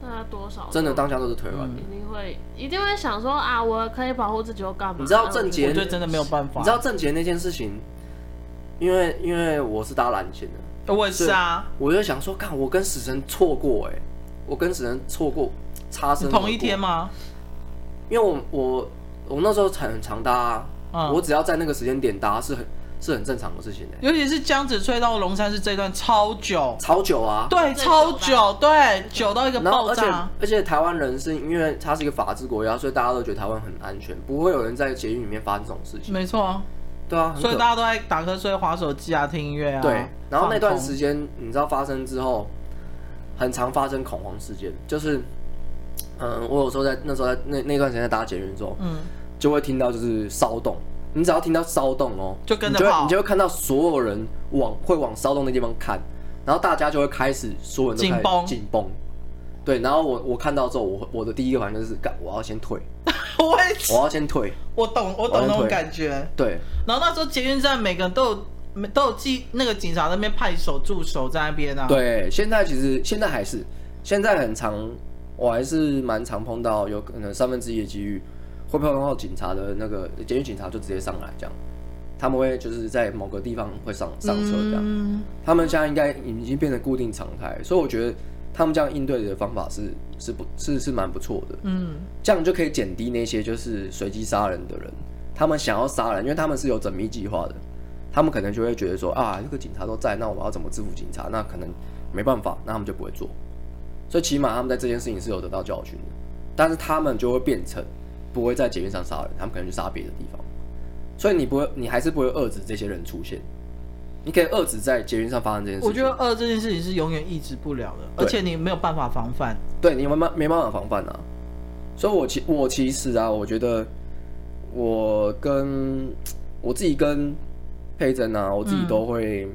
[SPEAKER 1] 那他多少
[SPEAKER 2] 真的当下都是腿软的。
[SPEAKER 4] 嗯
[SPEAKER 1] 一定会一定会想说啊，我可以保护自己，我干嘛？
[SPEAKER 2] 你知道
[SPEAKER 1] 啊
[SPEAKER 2] 郑
[SPEAKER 1] 我
[SPEAKER 2] 杰
[SPEAKER 4] 我觉得真的没有办法。
[SPEAKER 2] 你知道郑杰那件事情，因为因为我是搭蓝线的，
[SPEAKER 4] 我也是啊，
[SPEAKER 2] 我就想说，看我跟死神错过哎、我跟死神错过擦身而过
[SPEAKER 4] 同一天？吗？
[SPEAKER 2] 因为我我我那时候很常搭、啊，
[SPEAKER 4] 嗯
[SPEAKER 2] 我只要在那个时间点搭是很是很正常的事情哎、
[SPEAKER 4] 尤其是江子翠到龙山寺这段超久，
[SPEAKER 2] 超久啊。
[SPEAKER 4] 对，
[SPEAKER 1] 最
[SPEAKER 4] 超
[SPEAKER 1] 久吧
[SPEAKER 4] 久，对，久到一个
[SPEAKER 2] 然后，
[SPEAKER 4] 爆
[SPEAKER 2] 而且
[SPEAKER 4] 炸。啊
[SPEAKER 2] 而且台湾人是因为它是一个法治国家，所以大家都觉得台湾很安全，不会有人在捷运里面发生这种事情。
[SPEAKER 4] 没错啊，
[SPEAKER 2] 对啊，很
[SPEAKER 4] 所以
[SPEAKER 2] 可
[SPEAKER 4] 大家都在打瞌睡、划手机啊、听音乐啊。
[SPEAKER 2] 对，然后那
[SPEAKER 4] 放
[SPEAKER 2] 段
[SPEAKER 4] 空
[SPEAKER 2] 时间你知道发生之后，很常发生恐慌事件，就是，嗯、我有时候在那时候在那那段时间在搭捷运的时候，
[SPEAKER 4] 嗯，
[SPEAKER 2] 就会听到就是骚动，你只要听到骚动哦，
[SPEAKER 4] 就跟
[SPEAKER 2] 你
[SPEAKER 4] 着
[SPEAKER 2] 就会
[SPEAKER 4] 跑
[SPEAKER 2] 你就会看到所有人往会往骚动的地方看，然后大家就会开始所有人都开始
[SPEAKER 4] 紧绷
[SPEAKER 2] 紧绷，对，然后我我看到之后，我我的第一个反应就是，干，我要先退，
[SPEAKER 4] 我也
[SPEAKER 2] 我要先退，
[SPEAKER 4] 我懂，我懂那种感觉。
[SPEAKER 2] 对，
[SPEAKER 4] 然后那时候捷运站每个人都有每都有记那个警察在那边派手助手在那边啊。，
[SPEAKER 2] 对，现在其实现在还是，现在很常，我还是蛮常碰到，有可能三分之一的机遇会碰到警察的那个监狱警察就直接上来这样，他们会就是在某个地方会上上车这样，
[SPEAKER 4] 嗯，
[SPEAKER 2] 他们现在应该已经变成固定常态，所以我觉得他们这样应对的方法是是不是是蛮不错的，
[SPEAKER 4] 嗯，
[SPEAKER 2] 这样就可以减低那些就是随机杀人的人，他们想要杀人，因为他们是有缜密计划的，他们可能就会觉得说啊，那个警察都在，那我要怎么制服警察？那可能没办法，那他们就不会做。所以起码他们在这件事情是有得到教训的，但是他们就会变成不会在捷运上杀人，他们可能去杀别的地方。所以你不会，你还是不会遏制这些人出现，你可以遏制在捷运上发生这件事情。
[SPEAKER 4] 我觉得二这件事情是永远抑制不了的，
[SPEAKER 2] 对
[SPEAKER 4] 而且你没有办法防范。
[SPEAKER 2] 对你没办没办法防范啊。所以我其我其实啊，我觉得我跟我自己跟佩珍啊，我自己都会，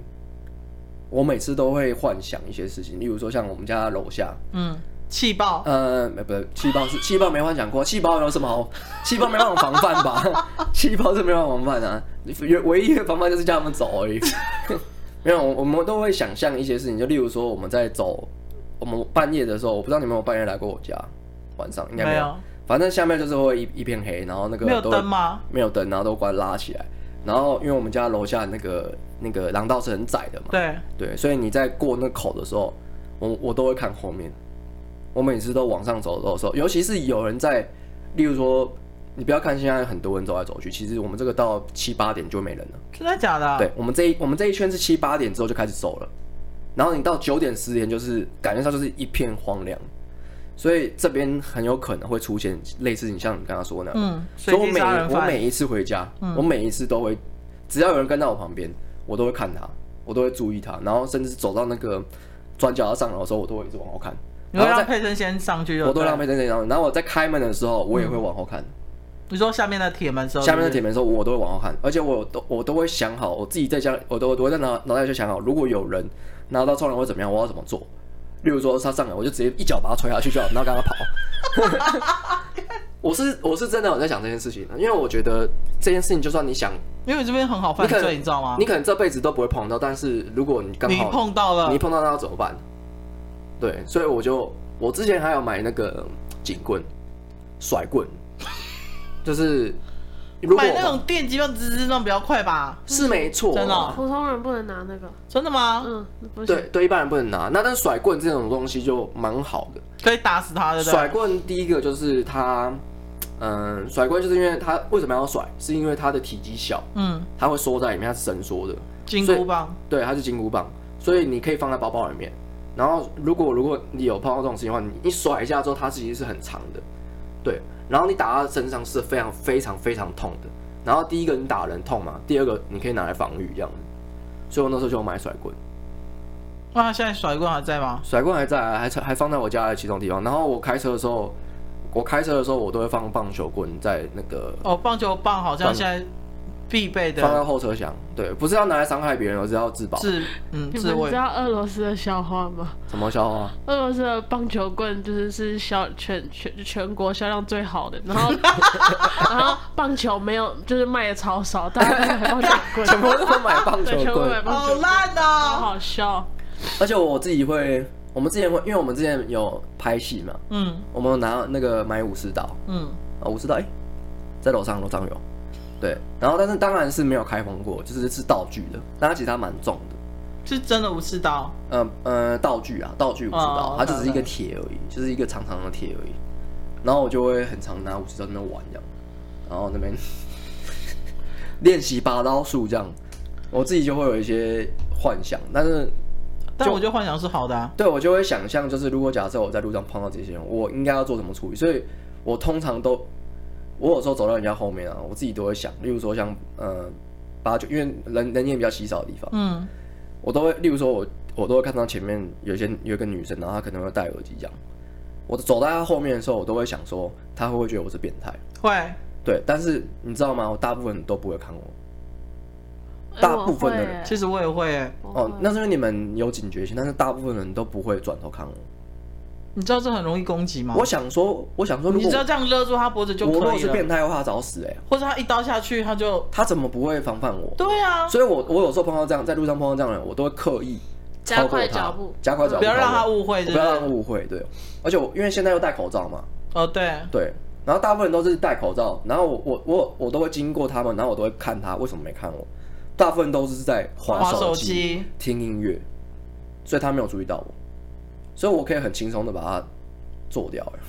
[SPEAKER 2] 我每次都会幻想一些事情，例如说像我们家楼下，
[SPEAKER 4] 嗯，气爆。
[SPEAKER 2] 呃，没不是气爆是气爆没幻想过，气爆有什么好？气爆没办法防范 吧？气爆是没办法防范啊，唯唯一的防范就是叫他们走 而已。没有，我我们都会想象一些事情，就例如说我们在走，我们半夜的时候，我不知道你们有没有半夜来过我家，晚上应该没有。
[SPEAKER 4] 没有
[SPEAKER 2] 反正下面就是会一一片黑，然后那个
[SPEAKER 4] 没有
[SPEAKER 2] 都
[SPEAKER 4] 灯吗？
[SPEAKER 2] 没有灯，然后都关拉起来。然后因为我们家楼下那个那个廊道是很窄的嘛，
[SPEAKER 4] 对，
[SPEAKER 2] 对，所以你在过那口的时候，我我都会看后面。我每次都往上走的时候，尤其是有人在，例如说，你不要看现在很多人走来走去，其实我们这个到七八点就没人了。
[SPEAKER 4] 真的假的啊？
[SPEAKER 2] 对我们这一我们这一圈是七八点之后就开始走了，然后你到九点十点就是感觉上就是一片荒凉，所以这边很有可能会出现类似你像你刚刚说的那样，
[SPEAKER 4] 嗯，
[SPEAKER 2] 所以我
[SPEAKER 4] 随机
[SPEAKER 2] 每
[SPEAKER 4] 杀人
[SPEAKER 2] 我
[SPEAKER 4] 犯。嗯
[SPEAKER 2] 每一次回家，我每一次都会，只要有人跟到我旁边，我都会看他，我都会注意他，然后甚至走到那个转角要上楼的时候，我都会一直往后看，
[SPEAKER 4] 你
[SPEAKER 2] 然
[SPEAKER 4] 会
[SPEAKER 2] 后
[SPEAKER 4] 让
[SPEAKER 2] 在
[SPEAKER 4] 佩珍先上去就对了，
[SPEAKER 2] 我都浪费在那上，然后我在开门的时候，我也会往后看，
[SPEAKER 4] 你说下面的铁门时候，
[SPEAKER 2] 下面的
[SPEAKER 4] 对啊
[SPEAKER 2] 铁门的时候，我都会往后看，而且我都我都会想好，我自己在家，我都我都会在脑脑袋就想好，如果有人拿到超人会怎么样，我要怎么做。例如说他上来，我就直接一脚把他踹下去就好，然后赶快跑。 我是我是真的有在想这件事情的，因为我觉得这件事情，就算你想，
[SPEAKER 4] 不对，因为这边很好
[SPEAKER 2] 你
[SPEAKER 4] 犯
[SPEAKER 2] 可
[SPEAKER 4] 罪，
[SPEAKER 2] 能
[SPEAKER 4] 你知道吗？
[SPEAKER 2] 你可能这辈子都不会碰到，但是如果你刚
[SPEAKER 4] 啊你
[SPEAKER 2] 好
[SPEAKER 4] 碰到了，
[SPEAKER 2] 你碰到他怎么办？对，所以我就我之前还有买那个警棍、甩棍，就是如果
[SPEAKER 4] 买那种电击棒，滋滋那种比较快吧？
[SPEAKER 2] 是没错啦，
[SPEAKER 4] 真的哦
[SPEAKER 1] 普通人不能拿那个，
[SPEAKER 4] 真的吗？
[SPEAKER 1] 嗯，不行
[SPEAKER 2] 对，对，一般人不能拿。那但是甩棍这种东西就蛮好的。
[SPEAKER 4] 可以打死他，对不
[SPEAKER 2] 甩
[SPEAKER 4] 对？
[SPEAKER 2] 棍第一个就是它，嗯，甩棍就是因为它为什么要甩，是因为它的体积小，
[SPEAKER 4] 嗯，
[SPEAKER 2] 它会缩在里面，它是伸缩的，
[SPEAKER 4] 金箍棒，
[SPEAKER 2] 对，它是金箍棒，所以你可以放在包包里面。然后如果如果你有碰到这种事情的话，你一甩一下之后，它其实是很长的，对。然后你打到身上是非常非常非常痛的。然后第一个你打人痛嘛，第二个你可以拿来防御这样子。所以我那时候就有买甩棍。
[SPEAKER 4] 那他现在甩棍还在吗？
[SPEAKER 2] 甩棍还在啊，还还放在我家的其中地方。然后我开车的时候，我开车的时候我都会放棒球棍在那个
[SPEAKER 4] 哦，棒球棒好像
[SPEAKER 2] 放
[SPEAKER 4] 现在必备
[SPEAKER 2] 放在
[SPEAKER 4] 的
[SPEAKER 2] 后车厢，对，不是要拿来伤害别啊人，而是要自保。
[SPEAKER 4] 自嗯
[SPEAKER 1] 你
[SPEAKER 4] 自
[SPEAKER 1] 们
[SPEAKER 4] 卫
[SPEAKER 1] 知。道俄罗斯的笑话吗？
[SPEAKER 2] 什么笑话？
[SPEAKER 1] 俄罗斯的棒球棍就是是销全全全国销量最好的，然后然后棒球没有，就是卖的超少，大家都买棒球棍，
[SPEAKER 2] 全部都买棒
[SPEAKER 1] 对，
[SPEAKER 2] 球
[SPEAKER 1] 全部买
[SPEAKER 2] 棍，
[SPEAKER 1] 棒
[SPEAKER 4] 好
[SPEAKER 1] 球棍，
[SPEAKER 4] 烂
[SPEAKER 1] 好
[SPEAKER 4] 哦！
[SPEAKER 1] 好笑。
[SPEAKER 2] 而且我自己会，我们之前会，因为我们之前有拍戏嘛，
[SPEAKER 4] 嗯
[SPEAKER 2] 我们有拿那个买武士刀
[SPEAKER 4] 嗯，
[SPEAKER 2] 啊，武士刀哎、在楼上楼上有，对，然后但是当然是没有开封过，就是是道具的，但它其实它蛮重的。
[SPEAKER 4] 是真的武士刀，
[SPEAKER 2] 呃呃道具啊，道具武士刀
[SPEAKER 4] 哦，
[SPEAKER 2] 它就只是一个铁而已，就是一个长长的铁而已。然后我就会很常拿武士刀在那边玩这样，然后那边 练习拔刀术这样，我自己就会有一些幻想，但是
[SPEAKER 4] 但我就幻想是好的啊。
[SPEAKER 2] 对我就会想象，就是如果假设我在路上碰到这些人，我应该要做什么处理，所以我通常都。我有时候走到人家后面啊，我自己都会想，例如说像呃八九，因为人人烟比较稀少的地方，
[SPEAKER 4] 嗯
[SPEAKER 2] 我都会，例如说我，我都会看到前面有一些有一个女生，然后她可能会戴耳机这样。我走到她后面的时候，我都会想说，她会不会觉得我是变态？
[SPEAKER 4] 会，
[SPEAKER 2] 对，但是你知道吗？我大部分都不会看我。
[SPEAKER 1] 哎
[SPEAKER 2] 大
[SPEAKER 1] 我
[SPEAKER 2] 部分的
[SPEAKER 1] 会
[SPEAKER 2] 人
[SPEAKER 1] 欸
[SPEAKER 4] 其实我也会欸。
[SPEAKER 1] 我
[SPEAKER 2] 哦
[SPEAKER 1] 会，
[SPEAKER 2] 那是因为你们有警觉性，但是大部分人都不会转头看
[SPEAKER 4] 哦
[SPEAKER 2] 我。
[SPEAKER 4] 你知道这很容易攻击吗？
[SPEAKER 2] 我想说，我想说，如
[SPEAKER 4] 你
[SPEAKER 2] 果
[SPEAKER 4] 只要这样勒住他脖子就
[SPEAKER 2] 我如
[SPEAKER 4] 可
[SPEAKER 2] 果
[SPEAKER 4] 以
[SPEAKER 2] 是变
[SPEAKER 4] 了，
[SPEAKER 2] 态的话，她早死哎、欸，
[SPEAKER 4] 或者他一刀下去他就
[SPEAKER 2] 她怎么不会防范我？
[SPEAKER 4] 对啊，
[SPEAKER 2] 所以我，我有时候碰到这样，在路上碰到这样的人，我都会刻意
[SPEAKER 1] 加
[SPEAKER 2] 超过
[SPEAKER 1] 快
[SPEAKER 2] 她
[SPEAKER 1] 脚步
[SPEAKER 2] 加快脚步，
[SPEAKER 4] 不要让他
[SPEAKER 2] 误，
[SPEAKER 4] 误会，
[SPEAKER 2] 我
[SPEAKER 4] 对
[SPEAKER 2] 不
[SPEAKER 4] 不
[SPEAKER 2] 要让她
[SPEAKER 4] 对？
[SPEAKER 2] 误会。对，而且我因为现在又戴口罩嘛，
[SPEAKER 4] 哦，对，
[SPEAKER 2] 对，然后大部分人都是戴口罩，然后我我我我都会经过他们，然后我都会看他为什么没看我，大部分都是在
[SPEAKER 4] 滑
[SPEAKER 2] 滑
[SPEAKER 4] 手
[SPEAKER 2] 机、
[SPEAKER 4] 机，
[SPEAKER 2] 听音乐，所以他没有注意到我，所以我可以很轻松的把它做掉。哎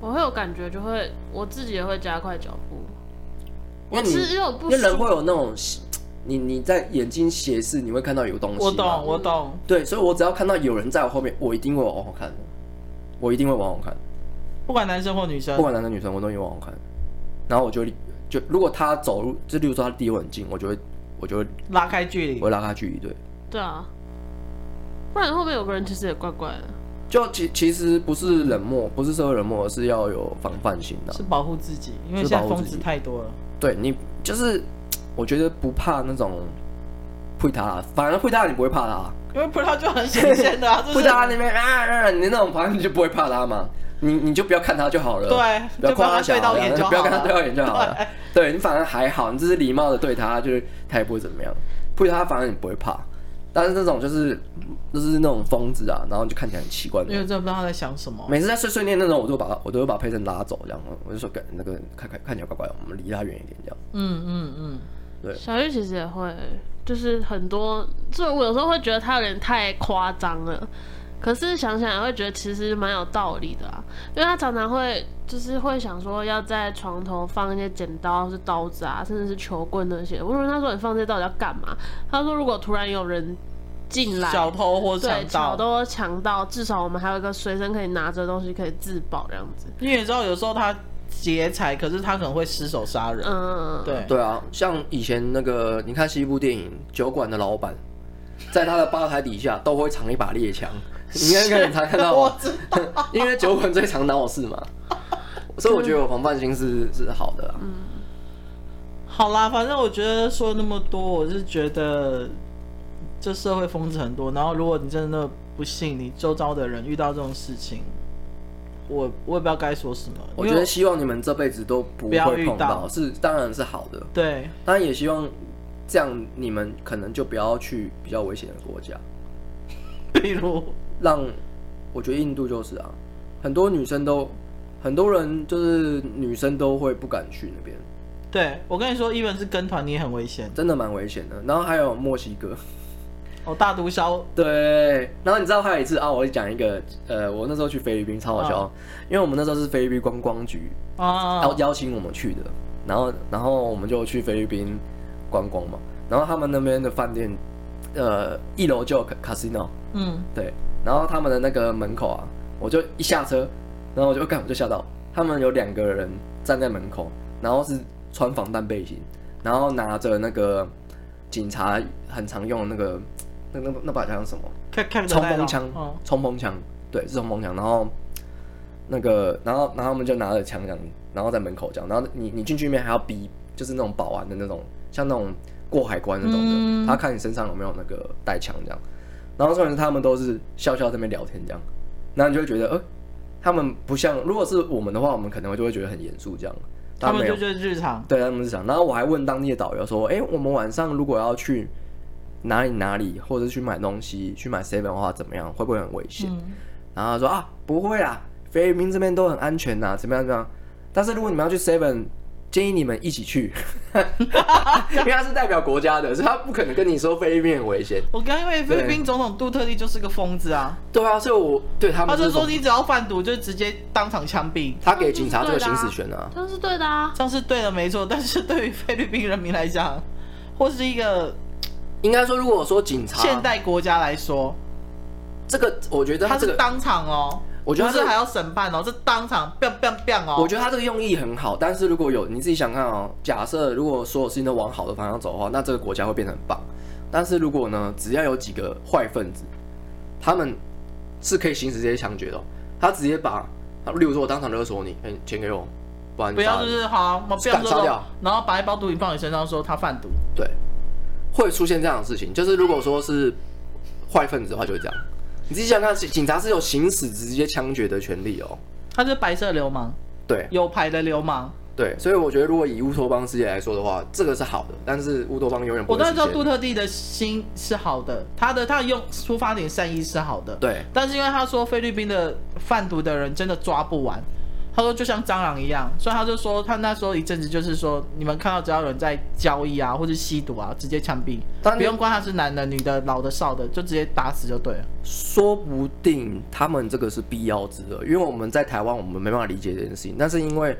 [SPEAKER 1] 我会有感觉，就会我自己也会加快脚步。
[SPEAKER 2] 因
[SPEAKER 1] 我
[SPEAKER 2] 为你
[SPEAKER 1] 其实有不
[SPEAKER 2] 因为人
[SPEAKER 1] 舒
[SPEAKER 2] 会有那种你你在眼睛斜视，你会看到有东西嘛，
[SPEAKER 4] 我懂，我懂，
[SPEAKER 2] 对，所以我只要看到有人在我后面，我一定会往后看的，我一定会往后看，
[SPEAKER 4] 不管男生或女生
[SPEAKER 2] 不，管男生女生，我都会往后看，然后我就就如果他走路，就例如说他离我很近，我就会我就会
[SPEAKER 4] 拉开距离
[SPEAKER 2] 我。会拉开距离，对。
[SPEAKER 1] 对啊，不然后面有个人其实也怪怪的。
[SPEAKER 2] 就其其实不是冷漠，不是社会冷漠，而是要有防范心的、
[SPEAKER 4] 是保护自己，因为
[SPEAKER 2] 是
[SPEAKER 4] 现在
[SPEAKER 2] 保护
[SPEAKER 4] 疯
[SPEAKER 2] 自
[SPEAKER 4] 子
[SPEAKER 2] 己
[SPEAKER 4] 太多了。
[SPEAKER 2] 对你就是，我觉得不怕那种会他啦，反而会他你不会怕他，
[SPEAKER 4] 因为葡萄就很显 现的啊，就
[SPEAKER 2] 会
[SPEAKER 4] 是
[SPEAKER 2] 他那边啊啊，你那种反正你就不会怕他嘛，你你就不要看他就好了，，
[SPEAKER 4] 对，
[SPEAKER 2] 不要
[SPEAKER 4] 就
[SPEAKER 2] 夸
[SPEAKER 4] 把它
[SPEAKER 2] 小
[SPEAKER 4] 对到眼就
[SPEAKER 2] 不要
[SPEAKER 4] 好
[SPEAKER 2] 跟他对到
[SPEAKER 4] 了。
[SPEAKER 2] 眼就好了， 对你反而还好，你只是礼貌的对他，就是他也不会怎么样，不他反而你不会怕，但是那种就是就是那种疯子啊，然后就看起来很奇怪的
[SPEAKER 4] 因为真的不知道他在想什么。
[SPEAKER 2] 每次在碎碎念那种，我都把我都会把佩珍拉走，这样我就说跟那个看看看起来怪怪的，我们离他远一点，这样。
[SPEAKER 4] 嗯嗯嗯，
[SPEAKER 1] 小玉其实也会，就是很多，就我有时候会觉得他有点太夸张了，可是想想也会觉得其实蛮有道理的啊，因为他常常会就是会想说要在床头放一些剪刀、是刀子啊，甚至是球棍那些。我说他说你放这些到底要干嘛？他说如果突然有人进来，
[SPEAKER 4] 小偷或
[SPEAKER 1] 对
[SPEAKER 4] 强
[SPEAKER 1] 小
[SPEAKER 4] 盗，
[SPEAKER 1] 偷强盗，至少我们还有一个随身可以拿着的东西可以自保这样子。
[SPEAKER 4] 因为你知道有时候他劫财，可是他可能会失手杀人。
[SPEAKER 1] 嗯，
[SPEAKER 4] 对，
[SPEAKER 2] 对啊，像以前那个你看西部电影，酒馆的老板在他的吧台底下都会藏一把猎枪，你应该可以很常看 到
[SPEAKER 4] 我
[SPEAKER 2] 吧，
[SPEAKER 4] 知
[SPEAKER 2] 因为酒馆最常闹事嘛。所以我觉得我防范心是是好的啦。啊
[SPEAKER 4] 好啦，反正我觉得说那么多，我是觉得这社会疯子很多。然后，如果你真的不信你周遭的人遇到这种事情，我我也不知道该说什么。
[SPEAKER 2] 我
[SPEAKER 4] 因
[SPEAKER 2] 觉
[SPEAKER 4] 为
[SPEAKER 2] 得希望你们这辈子都不
[SPEAKER 4] 不要
[SPEAKER 2] 会
[SPEAKER 4] 遇
[SPEAKER 2] 碰
[SPEAKER 4] 到
[SPEAKER 2] 是当然是好的，
[SPEAKER 4] 对，
[SPEAKER 2] 当然也希望这样你们可能就不要去比较危险的国家。
[SPEAKER 4] 比如
[SPEAKER 2] 让我觉得印度就是啊，很多女生都，很多人就是女生都会不敢去那边，
[SPEAKER 4] 对我跟你说，一文是跟团，你也很危险。
[SPEAKER 2] 真的蛮危险的。然后还有墨西 哥，
[SPEAKER 4] 哦，大毒枭，
[SPEAKER 2] 对。然后你知道还有一次啊，我讲一个，呃，我那时候去菲律宾超好笑，因为我们那时候是菲律宾观光局
[SPEAKER 4] 啊
[SPEAKER 2] 邀，邀请我们去的，然后然后我们就去菲律宾观光嘛，然后他们那边的饭店，呃，一楼就有 casino，
[SPEAKER 4] 嗯，
[SPEAKER 2] 对，然后他们的那个门口啊，我就一下车，然后我就看我就吓到，他们有两个人站在门口，然后是穿防弹背心，然后拿着那个警察很常用的那个那那那把枪是什么？
[SPEAKER 4] 看看得
[SPEAKER 2] 冲
[SPEAKER 4] 来
[SPEAKER 2] 锋
[SPEAKER 4] 了
[SPEAKER 2] 枪
[SPEAKER 4] 哦，
[SPEAKER 2] 冲锋枪，对，是冲锋枪。然后那个，然后然后他们就拿着枪这样，然后在门口这样，然后你你进去里面还要逼，就是那种保安的那种，像那种过海关那种的，
[SPEAKER 4] 嗯
[SPEAKER 2] 他看你身上有没有那个带枪这样。然后虽然是他们都是笑笑在那边聊天这样，然后你就会觉得，呃，他们不像，如果是我们的话，我们可能就会觉得很严肃这样。
[SPEAKER 4] 他们
[SPEAKER 2] 没有
[SPEAKER 4] 就觉得日常，
[SPEAKER 2] 对他们是这样。然后我还问当地的导游说：“哎、我们晚上如果要去哪里哪里，或者是去买东西去买 seven 的话怎么样，会不会很危险？
[SPEAKER 4] 嗯
[SPEAKER 2] 然后他说啊，不会啦，菲律宾这边都很安全啊呐，怎么样怎么样。但是如果你们要去 Seven，建议你们一起去， 因为他是代表国家的，所以他不可能跟你说菲律宾很危险。
[SPEAKER 4] 我刚因为菲律宾总统杜特地就是个疯子啊，
[SPEAKER 2] 对啊，所以我对他
[SPEAKER 4] 他
[SPEAKER 2] 们
[SPEAKER 4] 就说
[SPEAKER 2] 这种
[SPEAKER 4] 你只要贩毒就直接当场枪毙，
[SPEAKER 2] 他给警察这个行使权啊，
[SPEAKER 1] 这样是对的啊。
[SPEAKER 4] 这样是对的没错，但是对于菲律宾人民来讲，或是一个
[SPEAKER 2] 应该说如果说警察
[SPEAKER 4] 现代国家来说，
[SPEAKER 2] 这个，我觉得
[SPEAKER 4] 他
[SPEAKER 2] 他这
[SPEAKER 4] 是
[SPEAKER 2] 个，
[SPEAKER 4] 当场哦，
[SPEAKER 2] 我觉得
[SPEAKER 4] 不
[SPEAKER 2] 他
[SPEAKER 4] 是
[SPEAKER 2] 这
[SPEAKER 4] 还
[SPEAKER 2] 个，
[SPEAKER 4] 要审判哦，这当场 biang biang biang 哦，
[SPEAKER 2] 我觉得他这个用意很好，但是如果有你自己想看哦，假设如果所有事情都往好的方向走的话，那这个国家会变得很棒。但是如果呢，只要有几个坏分子，他们是可以行使这些枪决的哦、他直接把，例如说我当场勒索你，哎、钱给我，不然你
[SPEAKER 4] 不
[SPEAKER 2] 杀
[SPEAKER 4] 要
[SPEAKER 2] 了
[SPEAKER 4] 就是好，我不要
[SPEAKER 2] 干
[SPEAKER 4] 说
[SPEAKER 2] 烧
[SPEAKER 4] 说
[SPEAKER 2] 掉，
[SPEAKER 4] 然后把一包毒品放你身上，说他贩毒，
[SPEAKER 2] 对，会出现这样的事情。就是如果说是坏分子的话，就会这样。你自己想想看，警察是有行使直接枪决的权利哦。
[SPEAKER 4] 他就是白色流氓，
[SPEAKER 2] 对
[SPEAKER 4] 有牌的流氓。
[SPEAKER 2] 对，所以我觉得如果以乌托邦世界来说的话，这个是好的，但是乌托邦永远不
[SPEAKER 4] 我
[SPEAKER 2] 会
[SPEAKER 4] 当
[SPEAKER 2] 实
[SPEAKER 4] 然知道杜
[SPEAKER 2] 现。
[SPEAKER 4] 特地的心是好的，他的他的用出发点善意是好的，
[SPEAKER 2] 对
[SPEAKER 4] 但是因为他说菲律宾的贩毒的人真的抓不完，他说就像蟑螂一样，所以他就说他那时候一阵子就是说，你们看到只要有人在交易啊或者吸毒啊，直接枪毙，
[SPEAKER 2] 但
[SPEAKER 4] 不用管他是男的、女的、老的、少的，就直接打死就对了。
[SPEAKER 2] 说不定他们这个是必要之恶，因为我们在台湾我们没办法理解这件事情，但是因为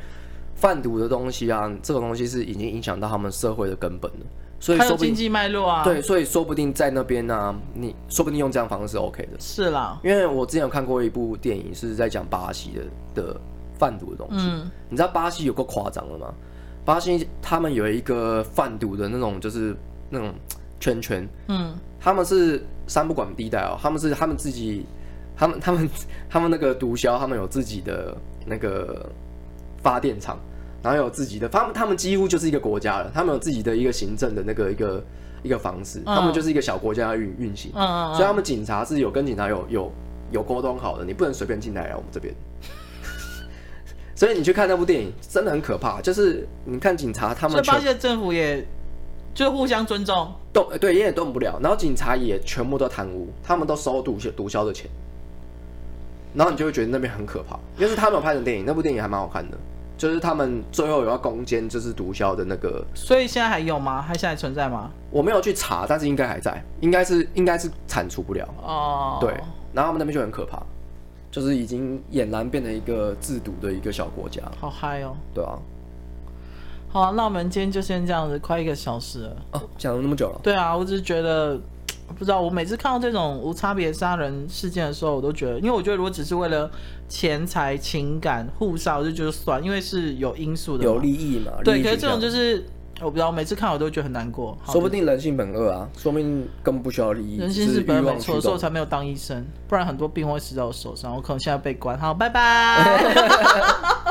[SPEAKER 2] 贩毒的东西啊，这个东西是已经影响到他们社会的根本了，所以
[SPEAKER 4] 还有
[SPEAKER 2] 说不
[SPEAKER 4] 经
[SPEAKER 2] 定
[SPEAKER 4] 济脉络啊，
[SPEAKER 2] 对，，所以说不定在那边呢、你说不定用这样的方式是 OK 的。
[SPEAKER 4] 是啦，
[SPEAKER 2] 因为我之前有看过一部电影，是在讲巴西的的贩毒的东西。
[SPEAKER 4] 嗯
[SPEAKER 2] 你知道巴西有够夸张的吗？巴西他们有一个贩毒的那种，就是那种圈圈，
[SPEAKER 4] 嗯，
[SPEAKER 2] 他们是三不管地带哦，他们是他们自己，他们他们他们那个毒枭，他们有自己的那个发电厂，然后有自己的，他们他们几乎就是一个国家了，他们有自己的一个行政的那个一个一个方式，他们就是一个小国家运运行。
[SPEAKER 4] 嗯嗯
[SPEAKER 2] 所以他们警察是有跟警察有有有沟通好的，你不能随便进来来我们这边。所以你去看那部电影，真的很可怕。就是你看警察他
[SPEAKER 4] 所
[SPEAKER 2] 们
[SPEAKER 4] 以巴
[SPEAKER 2] 全
[SPEAKER 4] 西的政府也就互相尊重，
[SPEAKER 2] 动，呃对，也动不了。然后警察也全部都贪污，他们都收毒枭毒枭的钱。然后你就会觉得那边很可怕，因为是他们有拍的电影，那部电影还蛮好看的。就是他们最后有要攻坚，就是毒枭的那个，
[SPEAKER 4] 所以现在还有吗？还现在存在吗？
[SPEAKER 2] 我没有去查，但是应该还在，应该是应该是铲除不了。
[SPEAKER 4] 哦，
[SPEAKER 2] 对，然后他们那边就很可怕，就是已经俨然变成一个制毒的一个小国家，
[SPEAKER 4] 好嗨哦。
[SPEAKER 2] 对啊，
[SPEAKER 4] 好、啊那我们今天就先这样子，快一个小时了。
[SPEAKER 2] 哦，讲了那么久了，
[SPEAKER 4] 对啊，我只是觉得，不知道我每次看到这种无差别杀人事件的时候，我都觉得，因为我觉得如果只是为了钱财、情感互杀，我就觉得算，因为是有因素的嘛，
[SPEAKER 2] 有利益嘛，利
[SPEAKER 4] 对，
[SPEAKER 2] 益
[SPEAKER 4] 可是
[SPEAKER 2] 取
[SPEAKER 4] 这种
[SPEAKER 2] 向
[SPEAKER 4] 就是我不知道，我每次看我都觉得很难过。好
[SPEAKER 2] 说不定人性本恶啊，说不定根本不需要利益，
[SPEAKER 4] 人
[SPEAKER 2] 只
[SPEAKER 4] 心是
[SPEAKER 2] 欲
[SPEAKER 4] 本来
[SPEAKER 2] 望
[SPEAKER 4] 没错，
[SPEAKER 2] 驱
[SPEAKER 4] 所以
[SPEAKER 2] 动
[SPEAKER 4] 我才没 有当医生，不然很多病会死在我手上，我可能现在被关。好，拜拜。